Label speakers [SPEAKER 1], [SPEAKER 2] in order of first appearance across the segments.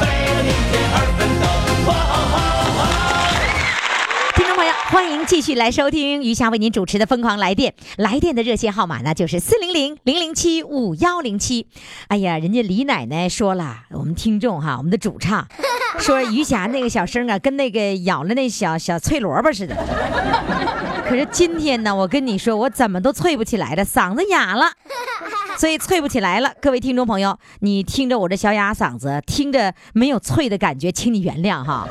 [SPEAKER 1] 为了明天而奋斗。哇哦
[SPEAKER 2] 听众朋友，欢迎继续来收听余霞为您主持的《疯狂来电》。来电的热线号码呢，就是四零零零零七五幺零七。哎呀，人家李奶奶说了，我们听众哈，我们的主唱说余霞那个小声啊，跟那个咬了那小小脆萝卜似的。可是今天呢，我跟你说，我怎么都脆不起来了，嗓子哑了。所以脆不起来了。各位听众朋友，你听着我这小哑嗓子，听着没有脆的感觉，请你原谅哈。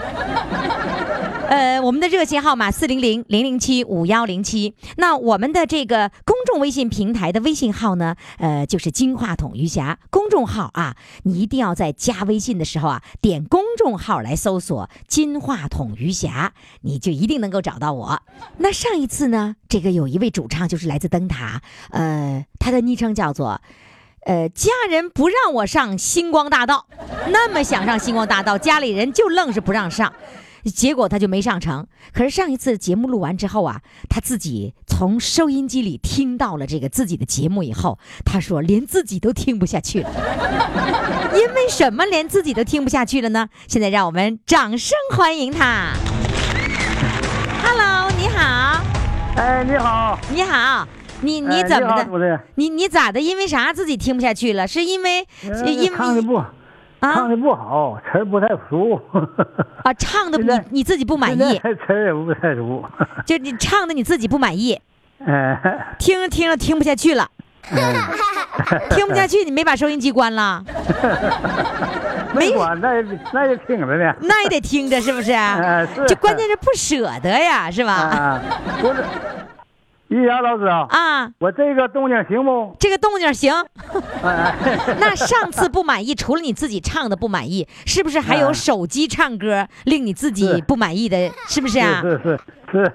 [SPEAKER 2] 呃，我们的热线号码四零零零零七五幺零七。那我们的这个公众微信平台的微信号呢，呃，就是金话筒余霞公众号啊。你一定要在加微信的时候啊，点公众号来搜索“金话筒余霞”，你就一定能够找到我。那上一次呢，这个有一位主唱就是来自灯塔，呃，他的昵称叫做。呃，家人不让我上星光大道，那么想上星光大道，家里人就愣是不让上。结果他就没上成。可是上一次节目录完之后啊，他自己从收音机里听到了这个自己的节目以后，他说连自己都听不下去了。因为什么连自己都听不下去了呢？现在让我们掌声欢迎他。Hello，你好，
[SPEAKER 3] 哎，你好，
[SPEAKER 2] 你好，你
[SPEAKER 3] 哎
[SPEAKER 2] 你怎么
[SPEAKER 3] 好
[SPEAKER 2] 的？
[SPEAKER 3] 主持人？
[SPEAKER 2] 你你咋的？因为啥自己听不下去了？是因为
[SPEAKER 3] 呃
[SPEAKER 2] 因
[SPEAKER 3] 唱的
[SPEAKER 2] 为
[SPEAKER 3] 不唱
[SPEAKER 2] 啊
[SPEAKER 3] 的不好，词儿不太熟，
[SPEAKER 2] 啊唱的
[SPEAKER 3] 现在
[SPEAKER 2] 你你自己不 满
[SPEAKER 3] 现在
[SPEAKER 2] 意，
[SPEAKER 3] 词儿也不太熟。
[SPEAKER 2] 就你唱的你自己不满意，
[SPEAKER 3] 哎，
[SPEAKER 2] 听着听着听不下去了。
[SPEAKER 3] 嗯
[SPEAKER 2] 听不下去，你没把收音机关了，没
[SPEAKER 3] 没管那也那也听着呢。
[SPEAKER 2] 那也得听着，是不是？
[SPEAKER 3] 哎是
[SPEAKER 2] 就关键是不舍得呀，是吧？
[SPEAKER 3] 啊，不是，玉霞老师啊，
[SPEAKER 2] 啊，
[SPEAKER 3] 我这个动静行不？
[SPEAKER 2] 这个动静行。
[SPEAKER 3] 哎，
[SPEAKER 2] 那上次不满意，除了你自己唱的不满意，是不是还有
[SPEAKER 3] 哎
[SPEAKER 2] 手机唱歌令你自己
[SPEAKER 3] 是
[SPEAKER 2] 不满意的？是不是啊？
[SPEAKER 3] 是是是是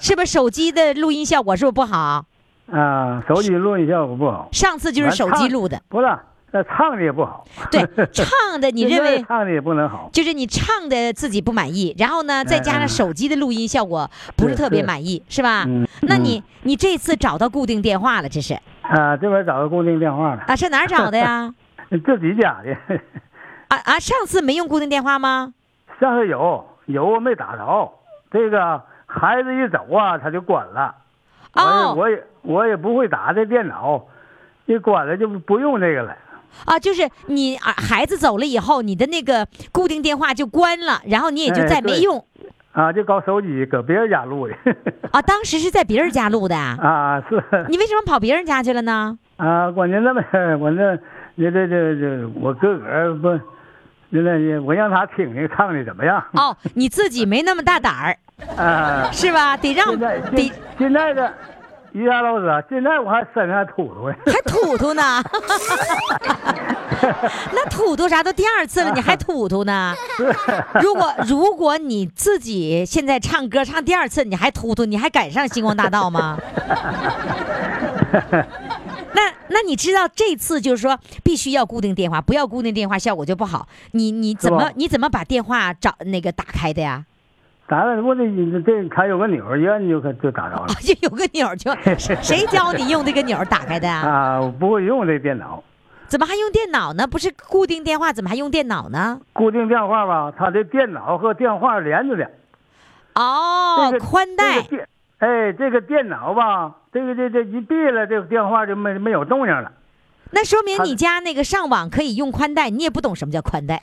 [SPEAKER 2] 是不是手机的录音效果是不是不好？
[SPEAKER 3] 啊，手机录音效果不好，
[SPEAKER 2] 上次就是手机录的，
[SPEAKER 3] 不是，那唱的也不好。
[SPEAKER 2] 对，唱的你认
[SPEAKER 3] 现在
[SPEAKER 2] 为
[SPEAKER 3] 唱的也不能好？
[SPEAKER 2] 就是你唱的自己不满意，然后呢，再加
[SPEAKER 3] 哎
[SPEAKER 2] 上
[SPEAKER 3] 哎
[SPEAKER 2] 手机的录音效果不是
[SPEAKER 3] 是
[SPEAKER 2] 特别
[SPEAKER 3] 是
[SPEAKER 2] 满意，是吧？
[SPEAKER 3] 嗯
[SPEAKER 2] 那
[SPEAKER 3] 嗯
[SPEAKER 2] 你你这次找到固定电话了，这是
[SPEAKER 3] 啊，这边找个固定电话了，
[SPEAKER 2] 啊？上哪儿找的 呀？
[SPEAKER 3] 自己家的。
[SPEAKER 2] 啊啊！上次没用固定电话吗？
[SPEAKER 3] 上次有有没打着，这个孩子一走啊，他就关了。我也
[SPEAKER 2] 哦
[SPEAKER 3] 哎我也我也不会打这电脑，一关了就不用这个了。
[SPEAKER 2] 啊，就是你啊，孩子走了以后，你的那个固定电话就关了，然后你也就
[SPEAKER 3] 哎
[SPEAKER 2] 再没
[SPEAKER 3] 对
[SPEAKER 2] 用
[SPEAKER 3] 啊，就搞手机搁别人家录的，
[SPEAKER 2] 啊。当时是在别人家录的啊，
[SPEAKER 3] 啊是
[SPEAKER 2] 你为什么跑别人家去了 呢？
[SPEAKER 3] 啊，关键那么 我那那这这这我自个儿不，那那我让他听听唱的怎么样
[SPEAKER 2] 哦，你自己没那么大胆儿，
[SPEAKER 3] 啊？
[SPEAKER 2] 是吧？得让
[SPEAKER 3] 现在
[SPEAKER 2] 得
[SPEAKER 3] 现现在的于霞老师啊，现在我还身上吐吐呢，
[SPEAKER 2] 还吐吐呢， 那吐吐啥都第二次了，你还吐吐呢？如果如果你自己现在唱歌唱第二次，你还吐吐，你还敢上星光大道吗？ 那那你知道这次就是说必须要固定电话，不要固定电话效果就不好。你你怎
[SPEAKER 3] 是
[SPEAKER 2] 么
[SPEAKER 3] 吧
[SPEAKER 2] 你怎么把电话找那个打开的呀？
[SPEAKER 3] 打了我这这它有个钮儿，一按就可就打着了
[SPEAKER 2] 啊。，就有个钮儿就谁教你用这个钮儿打开的啊？
[SPEAKER 3] 啊，我不会用这电脑，
[SPEAKER 2] 怎么还用电脑呢？不是固定电话，怎么还用电脑呢？
[SPEAKER 3] 固定电话吧，它的电脑和电话连着的。
[SPEAKER 2] 哦，
[SPEAKER 3] 这个
[SPEAKER 2] 宽带、
[SPEAKER 3] 这个电，哎，这个电脑吧，这个这这一闭了，这个电话就没没有动 静了。
[SPEAKER 2] 那说明
[SPEAKER 3] 它
[SPEAKER 2] 你家那个上网可以用宽带，你也不懂什么叫宽带。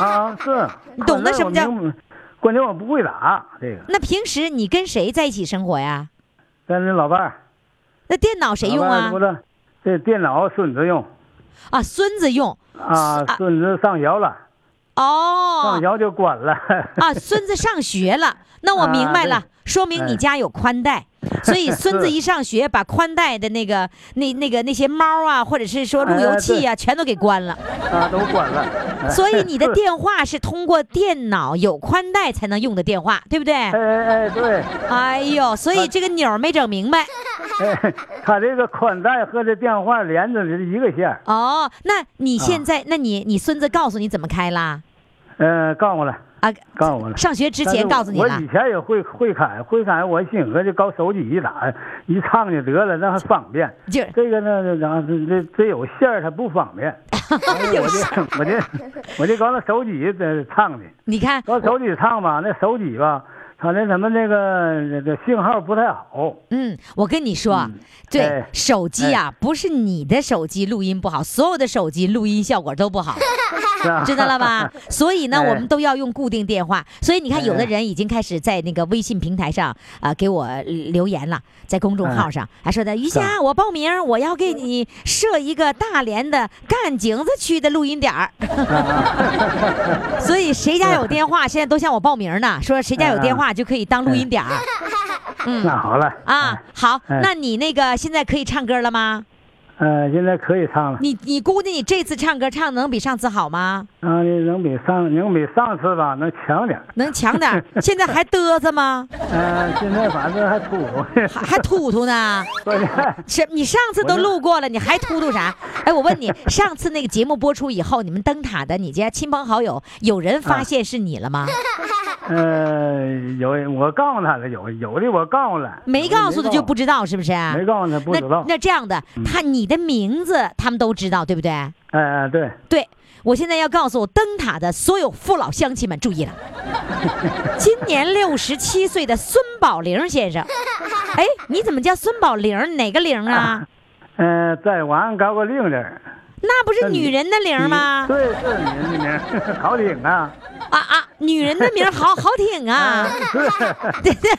[SPEAKER 3] 啊，是。
[SPEAKER 2] 你懂得什么叫
[SPEAKER 3] 关键我明？关键我不会打这个，
[SPEAKER 2] 那平时你跟谁在一起生活呀？
[SPEAKER 3] 跟那老伴儿，
[SPEAKER 2] 那电脑谁用
[SPEAKER 3] 完了
[SPEAKER 2] 啊
[SPEAKER 3] 不？是，这电脑孙子用
[SPEAKER 2] 啊，孙子用。
[SPEAKER 3] 啊
[SPEAKER 2] 啊，
[SPEAKER 3] 孙子上窑了，上
[SPEAKER 2] 哦，
[SPEAKER 3] 窑就管了。
[SPEAKER 2] 啊，孙子上学了，那我明白了，
[SPEAKER 3] 啊
[SPEAKER 2] 说明你
[SPEAKER 3] 哎
[SPEAKER 2] 家有宽 带，所以孙子一上学，把宽带的那个、那、那个那些猫啊，或者是说路由器啊，全都给关了。
[SPEAKER 3] 啊，都管了。哎
[SPEAKER 2] 所以你的
[SPEAKER 3] 是
[SPEAKER 2] 电话是通过电脑有宽带才能用的电话，对不对？
[SPEAKER 3] 哎哎哎，对，
[SPEAKER 2] 哎呦，所以这个钮儿没整明白
[SPEAKER 3] 哎，他这个宽带和这电话连着的一个线儿，
[SPEAKER 2] 哦。那你
[SPEAKER 3] 啊
[SPEAKER 2] 现在，那你你孙子告诉你怎么开啦？
[SPEAKER 3] 呃，告诉我了，
[SPEAKER 2] 啊，
[SPEAKER 3] 告诉我了。
[SPEAKER 2] 上学之
[SPEAKER 3] 但是
[SPEAKER 2] 前告诉你
[SPEAKER 3] 我
[SPEAKER 2] 了
[SPEAKER 3] 以前也会会砍，会砍我心合就搞手机一打，一唱就得了，那还方 便。
[SPEAKER 2] 就
[SPEAKER 3] 这个呢，然后这这这有线儿它不方 便，我这 我这我这搞那手机这唱 的，
[SPEAKER 2] 你看，
[SPEAKER 3] 搞手机唱吧，那手机吧，它那什么那个那个信号不太好。
[SPEAKER 2] 嗯，我跟你说啊，对、
[SPEAKER 3] 哎
[SPEAKER 2] 手机啊，不是你的手机录音不好，所有的手机录音效果都不 好，
[SPEAKER 3] 是吧？
[SPEAKER 2] 知道了吧？所以呢，
[SPEAKER 3] 哎
[SPEAKER 2] 我们都要用固定电话。所以你看，有的人已经开始在那个微信平台上啊、给我呃留言了，在公众号上
[SPEAKER 3] 哎
[SPEAKER 2] 还说的于霞，我报名，我要给你设一个大连的干井子区的录音点 儿。 所以谁家有电话，现在都向我报名呢，说谁家有电话就可以当录音点儿。
[SPEAKER 3] 那好了
[SPEAKER 2] 啊，，好，
[SPEAKER 3] 哎
[SPEAKER 2] 那你那个现在可以唱歌了吗？
[SPEAKER 3] 嗯、呃，现在可以唱了。
[SPEAKER 2] 你你估计你这次唱歌唱能比上次好吗？
[SPEAKER 3] 啊，能比上能比上次吧，能强点儿。
[SPEAKER 2] 能强点儿？现在还嘚瑟吗？
[SPEAKER 3] 嗯、现在反正还突突，
[SPEAKER 2] 还还突突呢？
[SPEAKER 3] 关键
[SPEAKER 2] 是你上次都录过了，你还突突啥？哎，我问你，上次那个节目播出以后，你们灯塔的你家亲朋好友有人发现是你了吗？
[SPEAKER 3] 啊呃，有我告诉他了，有有的我告诉了，
[SPEAKER 2] 没告诉的就不
[SPEAKER 3] 知
[SPEAKER 2] 知道是不是？
[SPEAKER 3] 没告诉他不知
[SPEAKER 2] 那
[SPEAKER 3] 道。
[SPEAKER 2] 那这样的，他你的名字他们都知道，对不对？
[SPEAKER 3] 哎、哎对，
[SPEAKER 2] 对，我现在要告诉我灯塔的所有父老乡亲们注 意了，今年六十七岁的孙宝玲先生，哎，你怎么叫孙宝玲？哪个玲啊？
[SPEAKER 3] 嗯、在王安高个令人儿，
[SPEAKER 2] 那不是女人的玲吗
[SPEAKER 3] 你？对，是你 的名儿，好领 啊，
[SPEAKER 2] 啊啊，女人的名儿 好好挺啊！对对，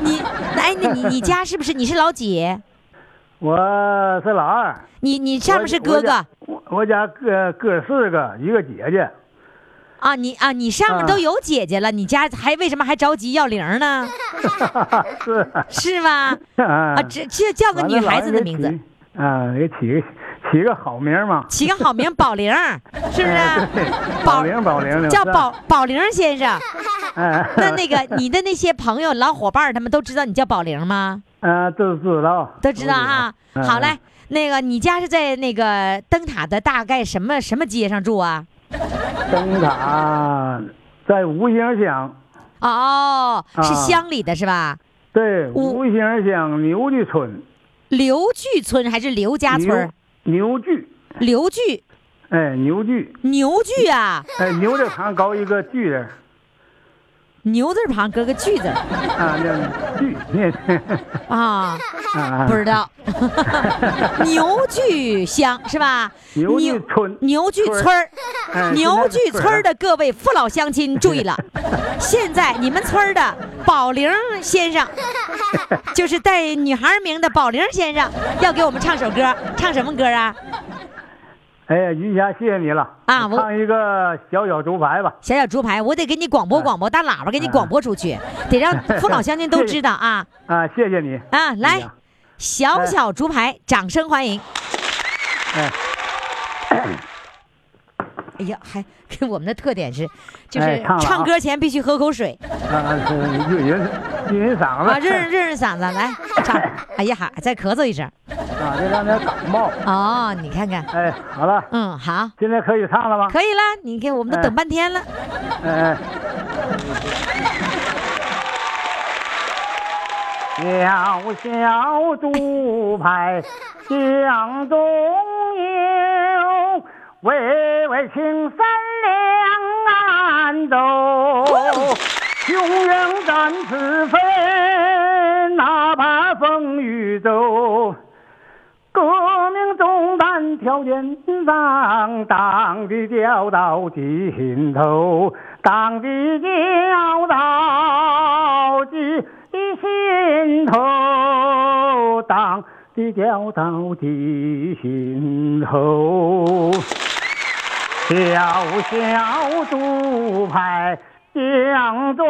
[SPEAKER 2] 你哎，那你你家是不是你是老几？
[SPEAKER 3] 我是老二，
[SPEAKER 2] 你你上面是
[SPEAKER 3] 我
[SPEAKER 2] 哥哥
[SPEAKER 3] 我我家哥哥四个，一个姐姐，
[SPEAKER 2] 啊？你啊，你上面
[SPEAKER 3] 啊
[SPEAKER 2] 都有姐姐了，你家还为什么还着急要玲儿呢？
[SPEAKER 3] 是
[SPEAKER 2] 是吗？
[SPEAKER 3] 啊
[SPEAKER 2] 啊，这这叫个女孩子的名字。
[SPEAKER 3] 啊，给起个起个好名儿嘛，
[SPEAKER 2] 起个好名宝玲 儿，是不
[SPEAKER 3] 哎对
[SPEAKER 2] 是？
[SPEAKER 3] 宝玲宝玲的
[SPEAKER 2] 叫
[SPEAKER 3] 是吧
[SPEAKER 2] 宝宝玲儿先 生。
[SPEAKER 3] 哎，
[SPEAKER 2] 那那个你的那些朋友、老伙伴儿，他们都知道你叫宝玲吗？
[SPEAKER 3] 啊，都知道，
[SPEAKER 2] 都知道啊。
[SPEAKER 3] 嗯
[SPEAKER 2] 好嘞，那个你家是在那个灯塔的大概什么什么街上住啊？
[SPEAKER 3] 灯塔在吴兴乡，
[SPEAKER 2] 哦，是
[SPEAKER 3] 啊
[SPEAKER 2] 乡里的是吧？
[SPEAKER 3] 对，
[SPEAKER 2] 吴
[SPEAKER 3] 吴兴乡牛具村，
[SPEAKER 2] 刘聚村还是刘家村
[SPEAKER 3] 牛
[SPEAKER 2] 儿？
[SPEAKER 3] 牛具，
[SPEAKER 2] 刘聚
[SPEAKER 3] 哎，牛具，
[SPEAKER 2] 牛聚啊，
[SPEAKER 3] 哎，牛字旁高一个 巨人，
[SPEAKER 2] 牛字旁搁个聚字儿
[SPEAKER 3] 啊，那巨念
[SPEAKER 2] 啊，
[SPEAKER 3] 啊，
[SPEAKER 2] 不知道。 牛聚乡是吧？
[SPEAKER 3] 牛具村，
[SPEAKER 2] 牛聚村儿。
[SPEAKER 3] 哎
[SPEAKER 2] 牛聚村儿，的各位父老乡亲注 意了，现在你们村儿的宝玲先 生，就是带女孩名的宝玲先生，要给我们唱首歌，唱什么歌啊？
[SPEAKER 3] 哎呀，于霞，谢谢你了
[SPEAKER 2] 啊我
[SPEAKER 3] 唱一个小小竹排吧，
[SPEAKER 2] 小小竹排，我得给你广播广播，大喇叭给你广播出 去，得让父老乡亲都知道啊
[SPEAKER 3] 啊，谢谢你，
[SPEAKER 2] 啊！
[SPEAKER 3] 哎
[SPEAKER 2] 来
[SPEAKER 3] 呀，
[SPEAKER 2] 小小竹排，掌声欢迎！
[SPEAKER 3] 哎，
[SPEAKER 2] 哎呀，还 跟我们的特点是，就是
[SPEAKER 3] 哎唱了啊
[SPEAKER 2] 唱歌前必须喝口 水。
[SPEAKER 3] 啊，是润润润嗓
[SPEAKER 2] 啊，
[SPEAKER 3] 子，
[SPEAKER 2] 润润润润嗓子，来唱。哎呀，还再咳嗽一声。
[SPEAKER 3] 啊，这两天感冒，
[SPEAKER 2] 哦，你看看，
[SPEAKER 3] 哎，好了，
[SPEAKER 2] 嗯，好，
[SPEAKER 3] 现在可以唱了吧？
[SPEAKER 2] 可以了。你看，我们都
[SPEAKER 3] 哎
[SPEAKER 2] 等半天了。
[SPEAKER 3] 哎小小竹排江东游，巍巍青山两岸走。雄鹰展翅飞，哪怕风雨骤。革命重担挑肩上，党的教导尽头，党的教导记心头，党
[SPEAKER 4] 的教导记心头，小小独派江中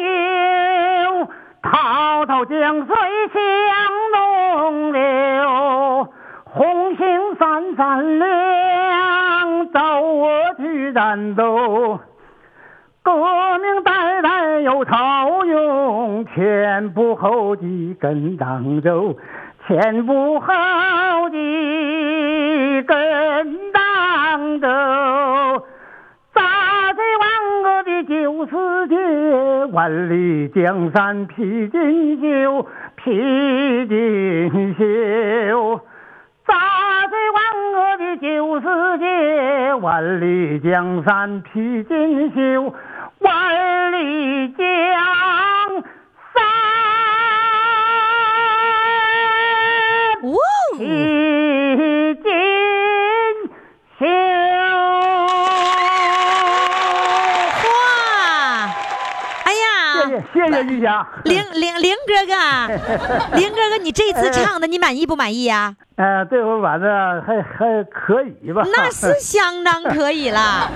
[SPEAKER 4] 游，滔滔江水向东流，红星闪闪亮，照我去战斗。革命代代有潮涌，前仆后继跟党走，前仆后继跟党走。扎堆万恶的九世界，万里江山披锦绣，披锦绣。扎堆万恶的九世界，万里江山披锦绣，万里江山
[SPEAKER 2] 哇哦！
[SPEAKER 4] 披锦绣。
[SPEAKER 2] 哇！哎呀，
[SPEAKER 4] 谢谢谢谢玉霞，
[SPEAKER 2] 玲玲玲哥 哥，玲哥哥，你这次唱的你满意不满意呀、
[SPEAKER 4] 呃，这回晚的还还可以吧？
[SPEAKER 2] 那是相当可以 了，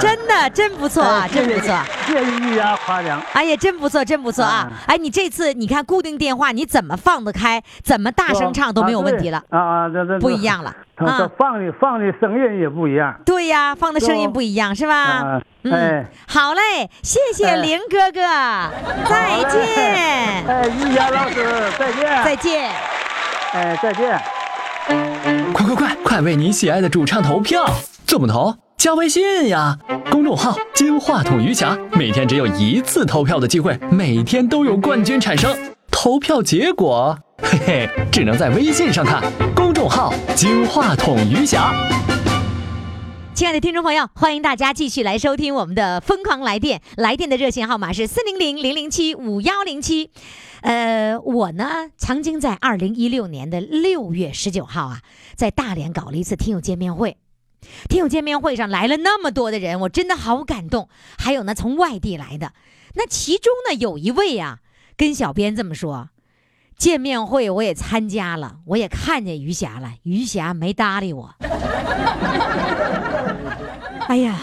[SPEAKER 2] 真的，真不错，啊，真不错。
[SPEAKER 4] 哎谢谢玉霞夸奖。
[SPEAKER 2] 哎呀，真不错，真不错啊！哎，你这次你看固定电话，你怎么放得开，怎么大声唱都没有问题了，
[SPEAKER 4] 哦啊啊，这这
[SPEAKER 2] 不一样了
[SPEAKER 4] 他他
[SPEAKER 2] 啊！
[SPEAKER 4] 放的放的声音也不一样
[SPEAKER 2] 对呀，放的声音不一样是吧
[SPEAKER 4] 哦
[SPEAKER 2] 嗯
[SPEAKER 4] 啊？哎，
[SPEAKER 2] 好嘞，谢谢
[SPEAKER 4] 哎
[SPEAKER 2] 林哥哥，再见，
[SPEAKER 4] 哎，玉霞老师，再见。
[SPEAKER 2] 再见。
[SPEAKER 4] 哎，再见。
[SPEAKER 5] 快快快，快为你喜爱的主唱投票！怎么投？加微信呀，公众号“金话筒余霞”，每天只有一次投票的机会，每天都有冠军产生。投票结果，嘿嘿，只能在微信上看。公众号“金话筒余霞”。
[SPEAKER 2] 亲爱的听众朋友，欢迎大家继续来收听我们的《疯狂来电》，来电的热线号码是四零零零零七五幺零七。呃，我呢曾经在二零一六年的六月十九号啊，在大连搞了一次听友见面会。听友见面会上来了那么多的人，我真的好感动。还有呢，从外地来的，那其中呢有一位啊，跟小编这么说：见面会我也参加了，我也看见余霞了，余霞没搭理我。哎呀，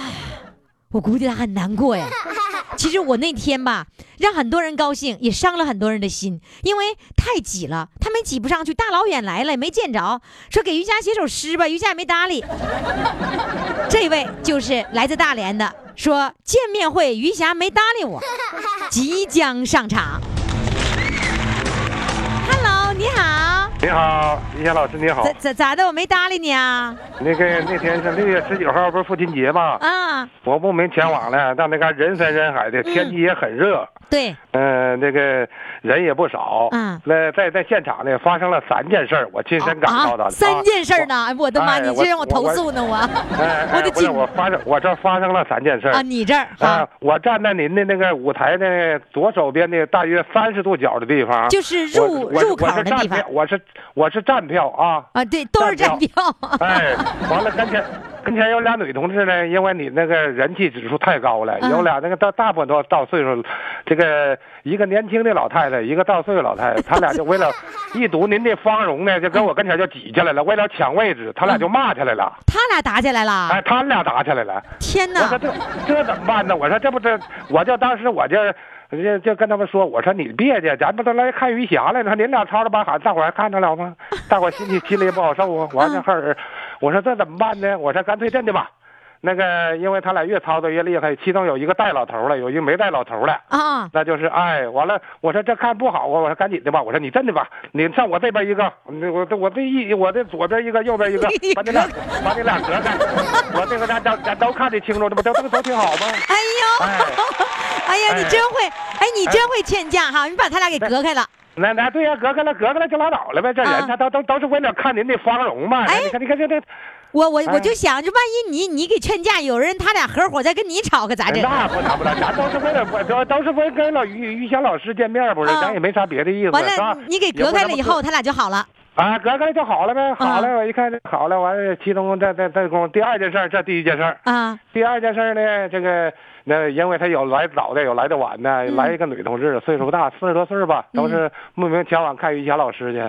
[SPEAKER 2] 我估计他很难过呀。其实我那天吧，让很多人高兴，也伤了很多人的心，因为太挤了，他们挤不上去，大老远来了也没见着，说给瑜伽写首诗吧，瑜伽也没搭理。 这位就是来自大连的，说见面会余霞没搭理我，即将上场。Hello，你好，
[SPEAKER 6] 你好，李霞老师，你好
[SPEAKER 2] 咋。咋咋的？我没搭理你啊？
[SPEAKER 6] 那个那天是六月十九号，不是父亲节吗？
[SPEAKER 2] 啊，
[SPEAKER 6] 我慕名前往了，到那嘎人山人海的，
[SPEAKER 2] 嗯
[SPEAKER 6] 天气也很热，
[SPEAKER 2] 对，
[SPEAKER 6] 嗯、那个人也不少。
[SPEAKER 2] 嗯
[SPEAKER 6] 那在在现场呢，发生了三件事儿，我亲身感到的。
[SPEAKER 2] 啊，三件事儿呢！哎我的妈，
[SPEAKER 6] 哎
[SPEAKER 2] 你
[SPEAKER 6] 我
[SPEAKER 2] 这让我投诉呢，我，
[SPEAKER 6] 哎哎
[SPEAKER 2] 我的
[SPEAKER 6] 不是
[SPEAKER 2] 紧
[SPEAKER 6] 我发生，我这发生了三件事儿
[SPEAKER 2] 啊！你这儿
[SPEAKER 6] 啊
[SPEAKER 2] 好，
[SPEAKER 6] 我站在您的那个舞台的左手边的大约三十度角的地方，
[SPEAKER 2] 就是
[SPEAKER 6] 哎我
[SPEAKER 2] 入
[SPEAKER 6] 我
[SPEAKER 2] 入口
[SPEAKER 6] 我是
[SPEAKER 2] 的地
[SPEAKER 6] 站
[SPEAKER 2] 方
[SPEAKER 6] 票，我是我是站票啊。
[SPEAKER 2] 啊，对，都是站
[SPEAKER 6] 站
[SPEAKER 2] 票啊
[SPEAKER 6] 票。 哎，完了，跟前跟前有俩女同志呢，因为你那个人气指数太高了，
[SPEAKER 2] 嗯
[SPEAKER 6] 有俩那个大大部分都到岁数了，这个一个年轻的老太太，一个到岁数老太太，他俩就为了一睹您的芳容呢，就跟我跟前就挤起来了，为了抢位置，他俩就骂起来了，
[SPEAKER 2] 他俩打起来了，
[SPEAKER 6] 哎，他们俩打起来了。
[SPEAKER 2] 天
[SPEAKER 6] 我说
[SPEAKER 2] 哪！
[SPEAKER 6] 这这怎么办呢？我说这不这，我就当时我就。就就跟他们说，我说你别介，咱不都来看鱼侠来了？您俩吵吵吧喊，大伙儿还看着了 吗？大伙儿心里心里也不好受啊。完
[SPEAKER 2] 嗯
[SPEAKER 6] 了后儿，我说这怎么办呢？我说干脆这样的吧，那个因为他俩越吵得越厉害，其中有一个带老头了，有一个没带老头了。
[SPEAKER 2] 啊，，
[SPEAKER 6] 那就是哎，完了，我说这看不好啊，我说赶紧的吧，我说你真的吧，你上我这边一个，你我这我这一我这左边一个，右边一个把你俩把你俩隔开，我这个咱咱咱都看得清楚，这不都都都挺好吗？
[SPEAKER 2] 哎呦，
[SPEAKER 6] 哎
[SPEAKER 2] 哎呀，你
[SPEAKER 6] 哎哎
[SPEAKER 2] 真会，哎，你真会劝架哈！你把他俩给隔开了。
[SPEAKER 6] 那那对呀、隔开了隔开了就拉倒了呗，这
[SPEAKER 2] 啊
[SPEAKER 6] 人他都都都是为了看您的芳容嘛，
[SPEAKER 2] 哎
[SPEAKER 6] 你看你看这这，
[SPEAKER 2] 我我我
[SPEAKER 6] 哎
[SPEAKER 2] 就想，就万一你你给劝架，有人他俩合伙再跟你吵，可咋整？
[SPEAKER 6] 哎那不能不能，咱都是为了我都都是为跟老于于翔老师见面不是，
[SPEAKER 2] 啊
[SPEAKER 6] 咱也没啥别的意思，
[SPEAKER 2] 完
[SPEAKER 6] 是吧
[SPEAKER 2] 了，你给隔开了以。后，他俩就好了。
[SPEAKER 6] 啊，隔开就好了呗，好了，我一看这好了，完了，其中这这这功夫，第二件事儿，这第一件事儿，
[SPEAKER 2] 啊
[SPEAKER 6] 第二件事儿呢，这个那因为他有来早的，有来的晚的，来一个女同志，岁数不大，四十多岁儿吧，都是慕名前往看于霞老师去，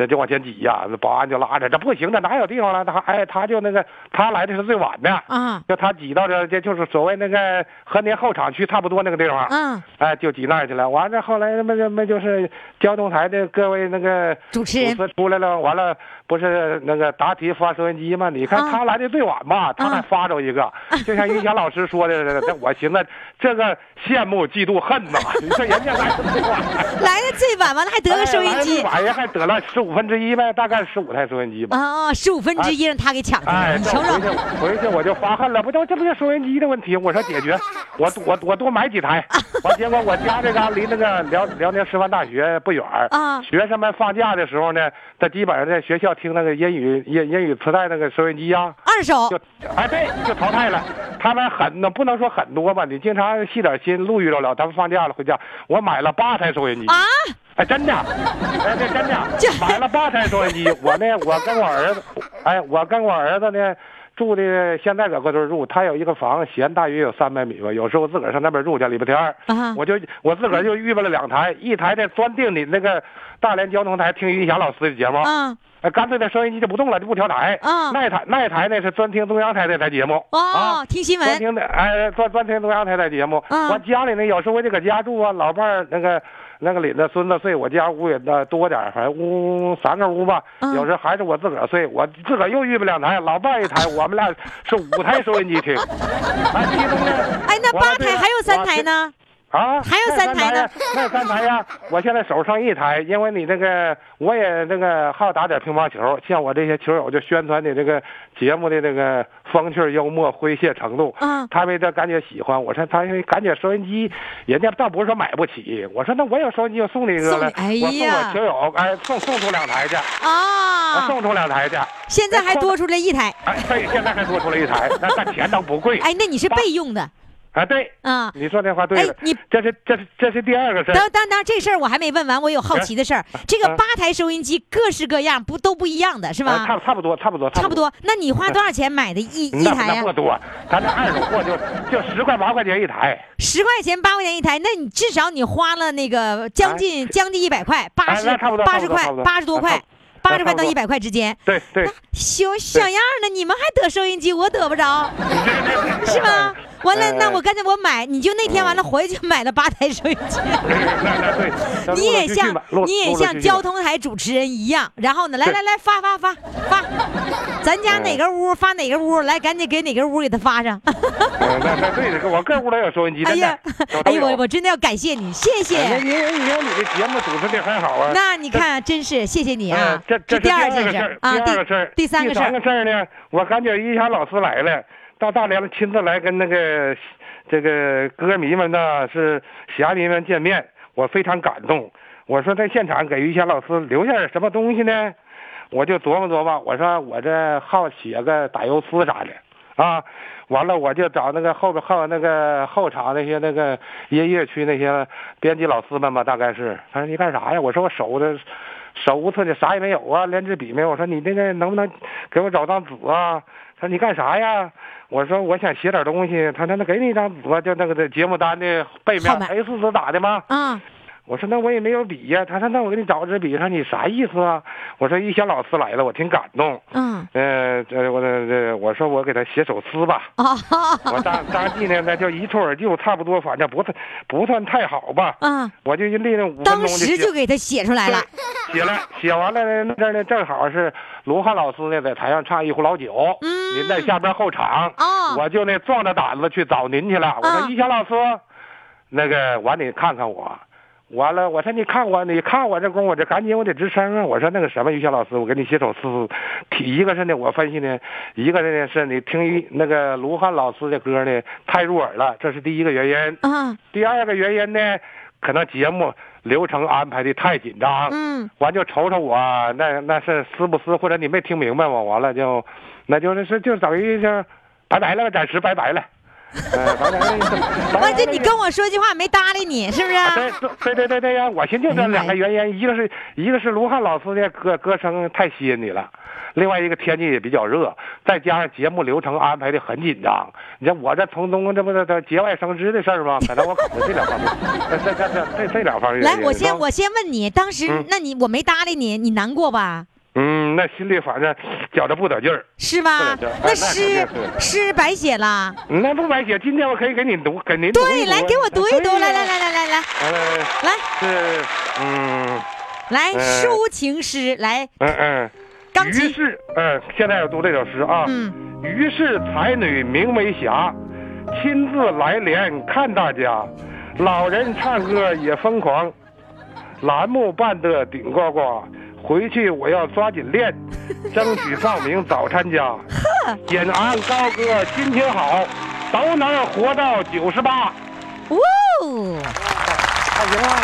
[SPEAKER 6] 呃就往前挤呀、那保安就拉着，这不行，这哪有地方了？他哎，他就那个，他来的是最晚的，
[SPEAKER 2] 啊
[SPEAKER 6] 就他挤到这，这就是所谓那个和您后厂区差不多那个地方，
[SPEAKER 2] 嗯，
[SPEAKER 6] 哎，就挤那儿去了。完了后来那么那么就是交通台的各位那个
[SPEAKER 2] 主持人
[SPEAKER 6] 出来了，完了不是那个答题发收音机吗？你看
[SPEAKER 2] 啊
[SPEAKER 6] 他来的最晚吧，他还
[SPEAKER 2] 啊
[SPEAKER 6] 发着 一个，就像于霞老师说的似的，这我寻思这个羡慕嫉妒恨呐， 你说人家来得最晚。
[SPEAKER 2] 来的最晚完了还得个收音
[SPEAKER 6] 哎来得最
[SPEAKER 2] 机
[SPEAKER 6] 晚人还得了十五分之一呗，大概十五台收音机吧。
[SPEAKER 2] 啊，十五分之一让他给抢去了，
[SPEAKER 6] 哎，
[SPEAKER 2] 你
[SPEAKER 6] 这
[SPEAKER 2] 瞅
[SPEAKER 6] 回去
[SPEAKER 2] 瞅，
[SPEAKER 6] 回去我就发恨了，不就这不就收音机的问题？我说解决，我我我多买几台。完，结果我家这嘎离那个辽辽宁师范大学不远儿
[SPEAKER 2] 啊
[SPEAKER 6] 学生们放假的时候呢，他基本上在学校听那个英语英英语磁带那个收音机呀、
[SPEAKER 2] 二手
[SPEAKER 6] 就哎对，就淘汰了。他们很那不能说很多吧，你经常细点心，路遇着了，他们放假了回家，我买了八台收音机
[SPEAKER 2] 啊，
[SPEAKER 6] 哎，真的，哎，这真的
[SPEAKER 2] 这，
[SPEAKER 6] 买了八台收音机。我呢，我跟我儿子，哎，我跟我儿子呢，住的现在搁搁这儿住，他有一个房，闲大约有三百米吧。有时候自个儿上那边住去，礼拜天儿
[SPEAKER 2] 啊
[SPEAKER 6] 我就我自个儿就预备了两台，一台呢专定你那个大连交通台听于霞老师的节目，
[SPEAKER 2] 啊
[SPEAKER 6] 哎干脆那收音机就不动了，就不调台。
[SPEAKER 2] 啊
[SPEAKER 6] 那一台那一台呢是专听中央台那台节目。啊
[SPEAKER 2] 哦，听新
[SPEAKER 6] 专
[SPEAKER 2] 闻
[SPEAKER 6] 听的哎，专专听中央台的节目。
[SPEAKER 2] 嗯
[SPEAKER 6] 我家里呢，有时候我得搁家住啊，老伴儿那个那个领着孙子睡，我家屋也那多点儿，反正屋三个屋吧。
[SPEAKER 2] 嗯
[SPEAKER 6] 有时候还是我自个儿睡，我自个儿又预备两台，老伴儿一台，我们俩是五台收音 机听。哎，其中呢，
[SPEAKER 2] 哎，那
[SPEAKER 6] 我
[SPEAKER 2] 八
[SPEAKER 6] 这
[SPEAKER 2] 台还有三
[SPEAKER 6] 我
[SPEAKER 2] 台
[SPEAKER 6] 这
[SPEAKER 2] 呢，
[SPEAKER 6] 啊，
[SPEAKER 2] 还有
[SPEAKER 6] 那
[SPEAKER 2] 三台呢
[SPEAKER 6] 呀，那三台呀，我现在手上一台，因为你那个我也那个好打点乒乓球，像我这些球友就宣传你这个节目的那个风趣、幽默、诙谐程度。
[SPEAKER 2] 嗯
[SPEAKER 6] 他们这感觉喜欢，我说他感觉收音机，人家倒不是说买不起，我说那我有收音机，我送你一个
[SPEAKER 2] 送你
[SPEAKER 6] 了，
[SPEAKER 2] 哎
[SPEAKER 6] 我送
[SPEAKER 2] 呀
[SPEAKER 6] 我球友，哎，送送出两台去，我
[SPEAKER 2] 啊，
[SPEAKER 6] 送哎出两台去，
[SPEAKER 2] 现在还多出来一台，
[SPEAKER 6] 哎，对，现在还多出来一台，那那钱倒不贵，
[SPEAKER 2] 哎，那你是备用的
[SPEAKER 6] 啊，对，
[SPEAKER 2] 啊。
[SPEAKER 6] 你说这话对了
[SPEAKER 2] 哎，你
[SPEAKER 6] 这是这是这是第二个事儿。
[SPEAKER 2] 当当当，这事儿我还没问完，我有
[SPEAKER 6] 哎
[SPEAKER 2] 好奇的事儿。这个
[SPEAKER 6] 啊
[SPEAKER 2] 八台收音机各式各样，不都不一样的是
[SPEAKER 6] 啊，
[SPEAKER 2] 吧？
[SPEAKER 6] 差差不多，差不多，
[SPEAKER 2] 差不。多。那你花多少钱买的一一
[SPEAKER 6] 哎那
[SPEAKER 2] 台啊
[SPEAKER 6] 那
[SPEAKER 2] 呀
[SPEAKER 6] 不？多，啊咱那二手货就就十块八块钱一台，
[SPEAKER 2] 十块钱、八块钱一台，那你至少你花了那个将近将近一百块，八十
[SPEAKER 6] 哎那差不多
[SPEAKER 2] 八十
[SPEAKER 6] 差
[SPEAKER 2] 块
[SPEAKER 6] 不，多
[SPEAKER 2] 八十多
[SPEAKER 6] 差
[SPEAKER 2] 块
[SPEAKER 6] 不，
[SPEAKER 2] 八十块到
[SPEAKER 6] 差
[SPEAKER 2] 一
[SPEAKER 6] 不多
[SPEAKER 2] 百块之间。
[SPEAKER 6] 对对
[SPEAKER 2] 那，小小样儿呢，你们还得收音机，我得不 着，是吗？完
[SPEAKER 6] 哎
[SPEAKER 2] 了，那我干脆我买，你就那天完了回去买了八台收音 机。
[SPEAKER 6] 那那对，那 陆
[SPEAKER 2] 你也
[SPEAKER 6] 陆续续
[SPEAKER 2] 像
[SPEAKER 6] 吧陆
[SPEAKER 2] 你也
[SPEAKER 6] 陆陆续
[SPEAKER 2] 像
[SPEAKER 6] 续
[SPEAKER 2] 交
[SPEAKER 6] 吧
[SPEAKER 2] 通台主持人一样，然后呢，来
[SPEAKER 6] 对
[SPEAKER 2] 来来发发发发， 咱家哪个屋发哪个屋，来赶紧给哪个屋给他发上。
[SPEAKER 6] 嗯那那对，我各屋都有收音机，
[SPEAKER 2] 哎
[SPEAKER 6] 真的
[SPEAKER 2] 呀， 哎呀，我
[SPEAKER 6] 我
[SPEAKER 2] 我真的要感谢你，谢
[SPEAKER 6] 哎
[SPEAKER 2] 谢。
[SPEAKER 6] 你你你你的节目主持的很好啊。
[SPEAKER 2] 那你看，真是谢谢你啊
[SPEAKER 6] 嗯！这这是
[SPEAKER 2] 第二
[SPEAKER 6] 第二
[SPEAKER 2] 件
[SPEAKER 6] 个
[SPEAKER 2] 事
[SPEAKER 6] 事
[SPEAKER 2] 儿
[SPEAKER 6] 儿
[SPEAKER 2] 啊，
[SPEAKER 6] 第二个事儿，
[SPEAKER 2] 第三个事
[SPEAKER 6] 第
[SPEAKER 2] 儿
[SPEAKER 6] 三个事儿呢，我感觉于霞老师来了，到大连亲自来跟那个这个歌迷们呢是侠迷们见面，我非常感动。我说在现场给于霞老师留下点什么东西呢？我就琢磨琢磨，我说我这好写个打油诗啥的。啊，完了我就找那个后边后那个后场那些那个音乐区那些编辑老师们吧，大概是。他说你干啥呀？我说我手的手无寸铁，啥也没有啊，连支笔没有。我说你那个能不能给我找张纸啊？他说你干啥呀？我说我想写点东西。他说那给你一张纸吧，就那个这节目单的背面
[SPEAKER 2] 号码
[SPEAKER 6] A 四纸打的吗？
[SPEAKER 2] 啊，
[SPEAKER 6] 我说那我也没有笔呀、他说那我给你找支笔。他说你啥意思啊？我说一想老师来了，我挺感动。
[SPEAKER 2] 嗯，
[SPEAKER 6] 呃，这我这这我说我给他写首诗吧。我
[SPEAKER 2] 哦，
[SPEAKER 6] 当当地呢，那就一蹴而就，差不多，反正不算不算太好吧。
[SPEAKER 2] 啊，
[SPEAKER 6] 我就利用五分钟
[SPEAKER 2] 当
[SPEAKER 6] 就
[SPEAKER 2] 时就
[SPEAKER 6] 写
[SPEAKER 2] 给他写出来了，
[SPEAKER 6] 写了，写完了呢，那阵儿呢正好是罗汉老师呢在台上唱一壶老酒，
[SPEAKER 2] 嗯
[SPEAKER 6] 您在下边后场，
[SPEAKER 2] 哦
[SPEAKER 6] 我就呢壮着胆子去找您去了。我
[SPEAKER 2] 啊
[SPEAKER 6] 说一霞老师，那个完你看看我。完了，我说你看我，你看我这功夫，我这赶紧我得吱声啊！我说那个什么，于霞老师，我给你写首诗，提一个是呢我分析呢，一个呢是你听于那个卢汉老师的歌呢太入耳了，这是第一个原因。
[SPEAKER 2] 啊，
[SPEAKER 6] 第二个原因呢，可能节目流程安排的太紧张，
[SPEAKER 2] 嗯，
[SPEAKER 6] 完就瞅瞅我那那是撕不撕，或者你没听明白我，完了就，那就是是就等于就拜拜了，暂时拜拜了，呃，拜拜 了拜拜
[SPEAKER 2] 完
[SPEAKER 6] 了。
[SPEAKER 2] 就你跟我说句话没搭理你，是不是啊？
[SPEAKER 6] 对对对对对呀！我寻思就这两个原因，一个是一个是卢汉老师的歌歌声太吸引你了，另外一个天气也比较热，再加上节目流程安排的很紧张。你看我这从中这不是这节外生枝的事儿吗？可能我考虑这两方面， 呃这这这这这两方面。
[SPEAKER 2] 来，我先
[SPEAKER 6] 当
[SPEAKER 2] 我先问你，当时
[SPEAKER 6] 嗯
[SPEAKER 2] 那你我没搭理你，你难过吧？
[SPEAKER 6] 嗯，那心里反正觉着不得劲儿。
[SPEAKER 2] 是吧？
[SPEAKER 6] 对对哎
[SPEAKER 2] 那
[SPEAKER 6] 那
[SPEAKER 2] 诗
[SPEAKER 6] 肯定是
[SPEAKER 2] 诗白写了。
[SPEAKER 6] 那不白写，今天我可以给你读，给您读
[SPEAKER 2] 对，
[SPEAKER 6] 一
[SPEAKER 2] 来给我读一读，来来来，来来来
[SPEAKER 6] 哎哎哎
[SPEAKER 2] 来
[SPEAKER 6] 是，嗯
[SPEAKER 2] 来，
[SPEAKER 6] 呃
[SPEAKER 2] 抒情诗，来
[SPEAKER 6] 嗯嗯。
[SPEAKER 2] 钢
[SPEAKER 6] 于
[SPEAKER 2] 琴，
[SPEAKER 6] 是，嗯、现在要读这首诗啊。
[SPEAKER 2] 嗯，
[SPEAKER 6] 于是才女名为霞，亲自来连看大家，老人唱歌也疯狂，栏目办得顶呱呱。回去我要抓紧练，争取报名早参加。尹安高歌心情好，都能活到九十八。
[SPEAKER 2] 哇哦，
[SPEAKER 6] 看行吗？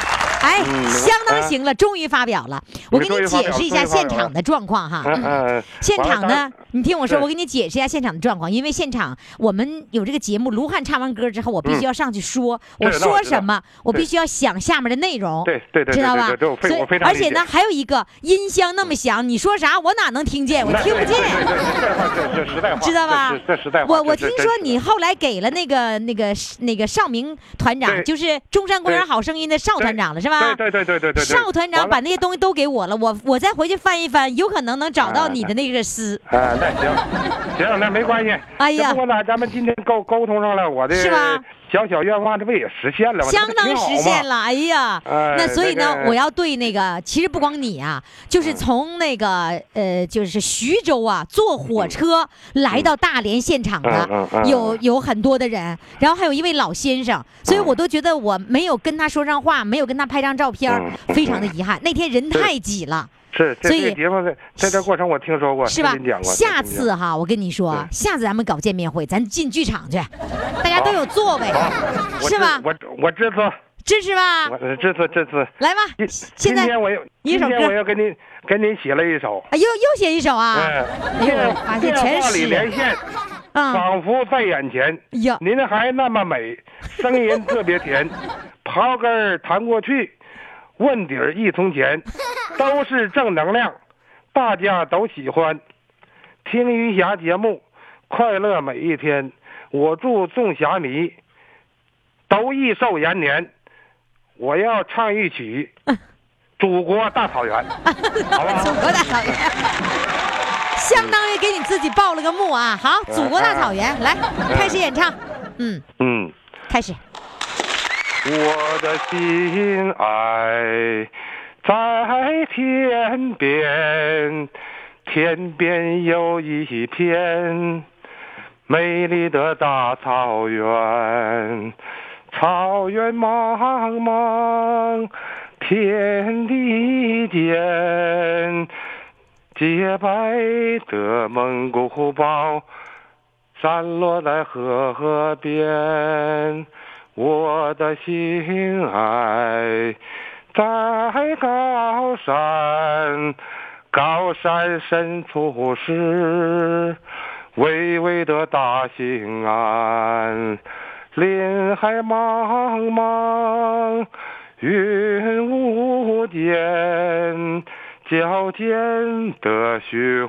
[SPEAKER 2] 哎，
[SPEAKER 6] 嗯
[SPEAKER 2] 相当行了，终于发表了。我给
[SPEAKER 6] 终
[SPEAKER 2] 你
[SPEAKER 6] 于发
[SPEAKER 2] 解
[SPEAKER 6] 表
[SPEAKER 2] 释一下
[SPEAKER 6] 终于发
[SPEAKER 2] 现
[SPEAKER 6] 表
[SPEAKER 2] 场的状况哈。
[SPEAKER 6] 嗯嗯。
[SPEAKER 2] 现
[SPEAKER 6] 完了
[SPEAKER 2] 场呢
[SPEAKER 6] 当，
[SPEAKER 2] 你听我说，
[SPEAKER 6] 对
[SPEAKER 2] 我给你解释一下现场的状况，因为现场我们有这个节目，卢汉唱完歌之后，我必须要上去说，我
[SPEAKER 6] 嗯这个那我
[SPEAKER 2] 说
[SPEAKER 6] 知道
[SPEAKER 2] 什么，我
[SPEAKER 6] 对
[SPEAKER 2] 必须要想下面的内容，
[SPEAKER 6] 对对对
[SPEAKER 2] 知
[SPEAKER 6] 对
[SPEAKER 2] 道
[SPEAKER 6] 对
[SPEAKER 2] 吧
[SPEAKER 6] 对，这我？非
[SPEAKER 2] 所以
[SPEAKER 6] 我非，常
[SPEAKER 2] 而
[SPEAKER 6] 理
[SPEAKER 2] 且呢，
[SPEAKER 6] 解
[SPEAKER 2] 还有一个音箱那么响，你说啥我哪能听见？我
[SPEAKER 6] 那
[SPEAKER 2] 听不
[SPEAKER 6] 对对
[SPEAKER 2] 见。
[SPEAKER 6] 对对这话这这实在话，
[SPEAKER 2] 知道吧
[SPEAKER 6] 这是这实在话。
[SPEAKER 2] 我
[SPEAKER 6] 这
[SPEAKER 2] 我
[SPEAKER 6] 这
[SPEAKER 2] 听
[SPEAKER 6] 真
[SPEAKER 2] 说
[SPEAKER 6] 是
[SPEAKER 2] 你后来给了那个那个那个邵明团长，
[SPEAKER 6] 对
[SPEAKER 2] 就是中山公园
[SPEAKER 6] 对
[SPEAKER 2] 好声音的邵
[SPEAKER 6] 对
[SPEAKER 2] 团长了，是吧？
[SPEAKER 6] 对对对对对对对。
[SPEAKER 2] 邵团长
[SPEAKER 6] 完了
[SPEAKER 2] 把那些东西都给我了，我我再回去翻一翻，有可能能找
[SPEAKER 6] 哎
[SPEAKER 2] 到你的那个诗。
[SPEAKER 6] 啊，那行，行，那没关系。
[SPEAKER 2] 哎呀
[SPEAKER 6] 这不过呢，咱们今天沟沟通上了，我的
[SPEAKER 2] 是吧
[SPEAKER 6] 小小愿望，这不也实现了吗？
[SPEAKER 2] 相当实现
[SPEAKER 6] 了。
[SPEAKER 2] 了，哎呀，
[SPEAKER 6] 哎
[SPEAKER 2] 那所以呢
[SPEAKER 6] 那，个嗯
[SPEAKER 2] 我要对那个，其实不光你啊，就是从那个呃，就是徐州啊，坐火车来到大连现场
[SPEAKER 6] 嗯
[SPEAKER 2] 的
[SPEAKER 6] 嗯嗯，嗯
[SPEAKER 2] 有有很多的人，然后还有一位老先生，所
[SPEAKER 6] 嗯
[SPEAKER 2] 以我都觉得我没有跟他说上话，没有跟他拍张照片
[SPEAKER 6] 嗯，嗯
[SPEAKER 2] 非常的遗憾。那天人太挤了，
[SPEAKER 6] 是，这
[SPEAKER 2] 所以
[SPEAKER 6] 这个节目在在这过程我听说过，
[SPEAKER 2] 是吧
[SPEAKER 6] 听您讲？过
[SPEAKER 2] 下
[SPEAKER 6] 听您
[SPEAKER 2] 次哈，我跟你说，
[SPEAKER 6] 对
[SPEAKER 2] 下次咱们搞见面会，咱进剧场去，大家都有座位，
[SPEAKER 6] 讲过
[SPEAKER 2] 是吧？
[SPEAKER 6] 我支我我支持，
[SPEAKER 2] 支持吧，
[SPEAKER 6] 我支持支持。
[SPEAKER 2] 来吧
[SPEAKER 6] 今，
[SPEAKER 2] 现
[SPEAKER 6] 今
[SPEAKER 2] 在。
[SPEAKER 6] 天我又
[SPEAKER 2] 一
[SPEAKER 6] 今
[SPEAKER 2] 首歌
[SPEAKER 6] 天我又给您给您写了一首。
[SPEAKER 2] 哎，又又写一首啊！哎呦，我发现
[SPEAKER 6] 电
[SPEAKER 2] 全
[SPEAKER 6] 话
[SPEAKER 2] 是
[SPEAKER 6] 里连
[SPEAKER 2] 诗
[SPEAKER 6] 线，
[SPEAKER 2] 啊！
[SPEAKER 6] 仿佛在眼前。
[SPEAKER 2] 哎呀，
[SPEAKER 6] 您还那么美，声音特别甜，刨根儿谈过去，问底儿一从前，都是正能量，大家都喜欢。听余霞节目，快乐每一天。我祝众侠迷都益寿延年。我要唱一曲《祖国大草原》，好不
[SPEAKER 2] 祖
[SPEAKER 6] 好？
[SPEAKER 2] 国大草原，相当于给你自己报了个幕啊！好，祖国大草原，来开始演唱，嗯，
[SPEAKER 6] 嗯。
[SPEAKER 2] 开始。
[SPEAKER 6] 我的心爱在天边，天边有一片美丽的大草原，草原茫茫，天地间，洁白的蒙古包。散落在河边，我的心爱在高山，高山深处是巍巍的大兴安，林海茫茫，云雾间。矫健的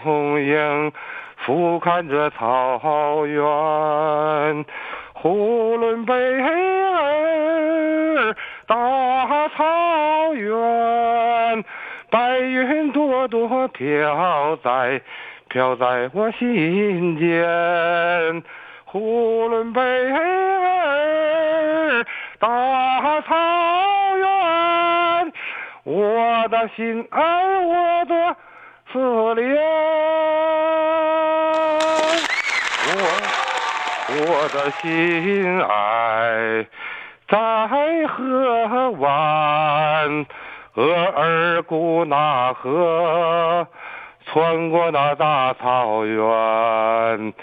[SPEAKER 6] 雄鹰俯瞰着草原，呼伦贝尔大草原，白云朵朵飘在飘在我心间，呼伦贝尔大草原。我的心爱我的思念，我我的心爱在河湾，额尔古纳河，穿过那大草原，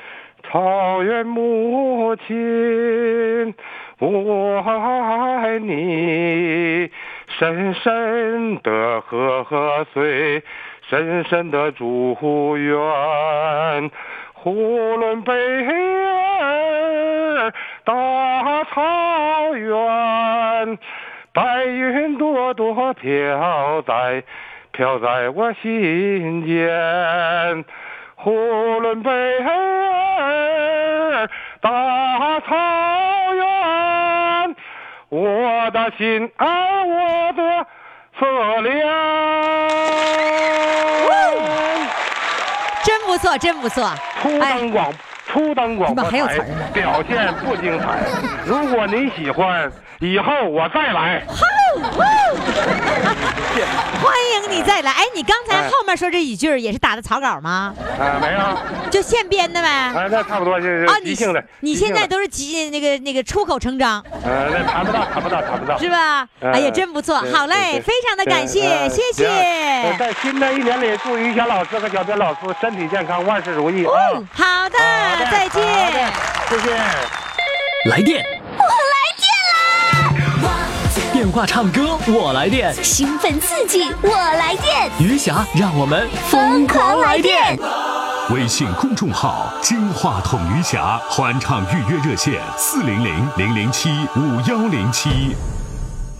[SPEAKER 6] 草原母亲，我爱你。深深的河水，深深的祝愿，呼伦贝尔大草原，白云朵朵飘在飘在我心间。人，呼伦贝尔大草原，我的心爱我的色良。
[SPEAKER 2] 真不错，真不错。
[SPEAKER 6] 初登广、初登广播
[SPEAKER 2] 怎么还有
[SPEAKER 6] 台
[SPEAKER 2] 词儿呢
[SPEAKER 6] 表现不精彩。如果您喜欢，以后我再来。
[SPEAKER 2] 欢迎你再来。哎，你刚才
[SPEAKER 6] 哎
[SPEAKER 2] 后面说这几句儿也是打的草稿吗？
[SPEAKER 6] 啊，没有，
[SPEAKER 2] 就现编的呗。
[SPEAKER 6] 啊，那差不多就是
[SPEAKER 2] 啊，
[SPEAKER 6] 即
[SPEAKER 2] 你
[SPEAKER 6] 兴的。
[SPEAKER 2] 你
[SPEAKER 6] 即兴
[SPEAKER 2] 现在
[SPEAKER 6] 的
[SPEAKER 2] 都是即那个那个出口成章
[SPEAKER 6] 呃，那谈不到，谈不到，谈不到。
[SPEAKER 2] 是吧？
[SPEAKER 6] 嗯
[SPEAKER 2] 哎呀，真不错，
[SPEAKER 6] 对
[SPEAKER 2] 好
[SPEAKER 6] 对
[SPEAKER 2] 嘞，
[SPEAKER 6] 对
[SPEAKER 2] 非常的感
[SPEAKER 6] 对
[SPEAKER 2] 谢，
[SPEAKER 6] 呃
[SPEAKER 2] 谢
[SPEAKER 6] 行呃
[SPEAKER 2] 谢。
[SPEAKER 6] 在新的一年里，祝于霞老师和小编老师身体健康，万事如意啊！
[SPEAKER 2] 哦，好的
[SPEAKER 6] 好的，
[SPEAKER 2] 再见。
[SPEAKER 6] 好的谢谢。
[SPEAKER 5] 来电，电话唱歌我来电，
[SPEAKER 7] 兴奋刺激，我来电，
[SPEAKER 5] 余霞让我们
[SPEAKER 7] 疯狂来电！
[SPEAKER 8] 微信公众号“金话筒余霞”欢唱预约热线：四零零零零七五幺零七。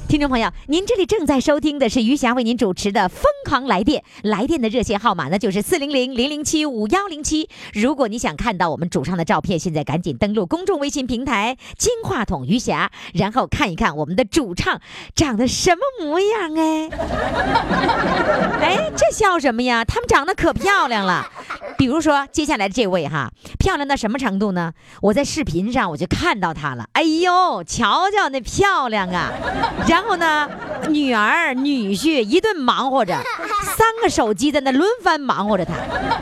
[SPEAKER 2] 听众朋友，您这里正在收听的是余霞为您主持的《疯狂来电》，来电的热线号码呢就是四零零零零七五幺零七。如果你想看到我们主唱的照片，现在赶紧登录公众微信平台“金话筒余霞”，然后看一看我们的主唱长得什么模样哎。哎，这笑什么呀？他们长得可漂亮了。比如说，接下来这位哈，漂亮到什么程度呢？我在视频上我就看到她了。哎呦，瞧瞧那漂亮啊！然后呢，女儿女婿一顿忙活着，三个手机在那轮番忙活着她。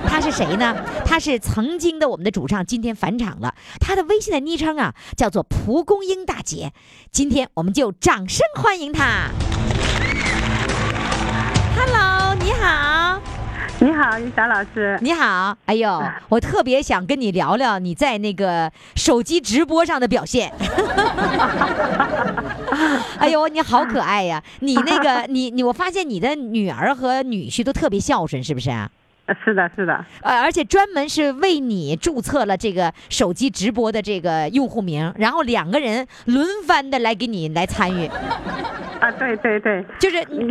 [SPEAKER 2] 她是谁呢？她是曾经的我们的主唱，今天返场了。她的微信的昵称啊，叫做蒲公英大姐。今天我们就掌声欢迎她。Hello，你好。
[SPEAKER 9] 你好，于霞老师。
[SPEAKER 2] 你好，哎呦，我特别想跟你聊聊你在那个手机直播上的表现。 哎呦，你好可爱呀！你那个，你你，我发现你的女儿和女婿都特别孝顺，是不是啊？
[SPEAKER 9] 呃是的，是的，
[SPEAKER 2] 呃，而且专门是为你注册了这个手机直播的这个用户名，然后两个人轮番的来给你来参与，
[SPEAKER 9] 啊，对对对，
[SPEAKER 2] 就是你
[SPEAKER 9] 因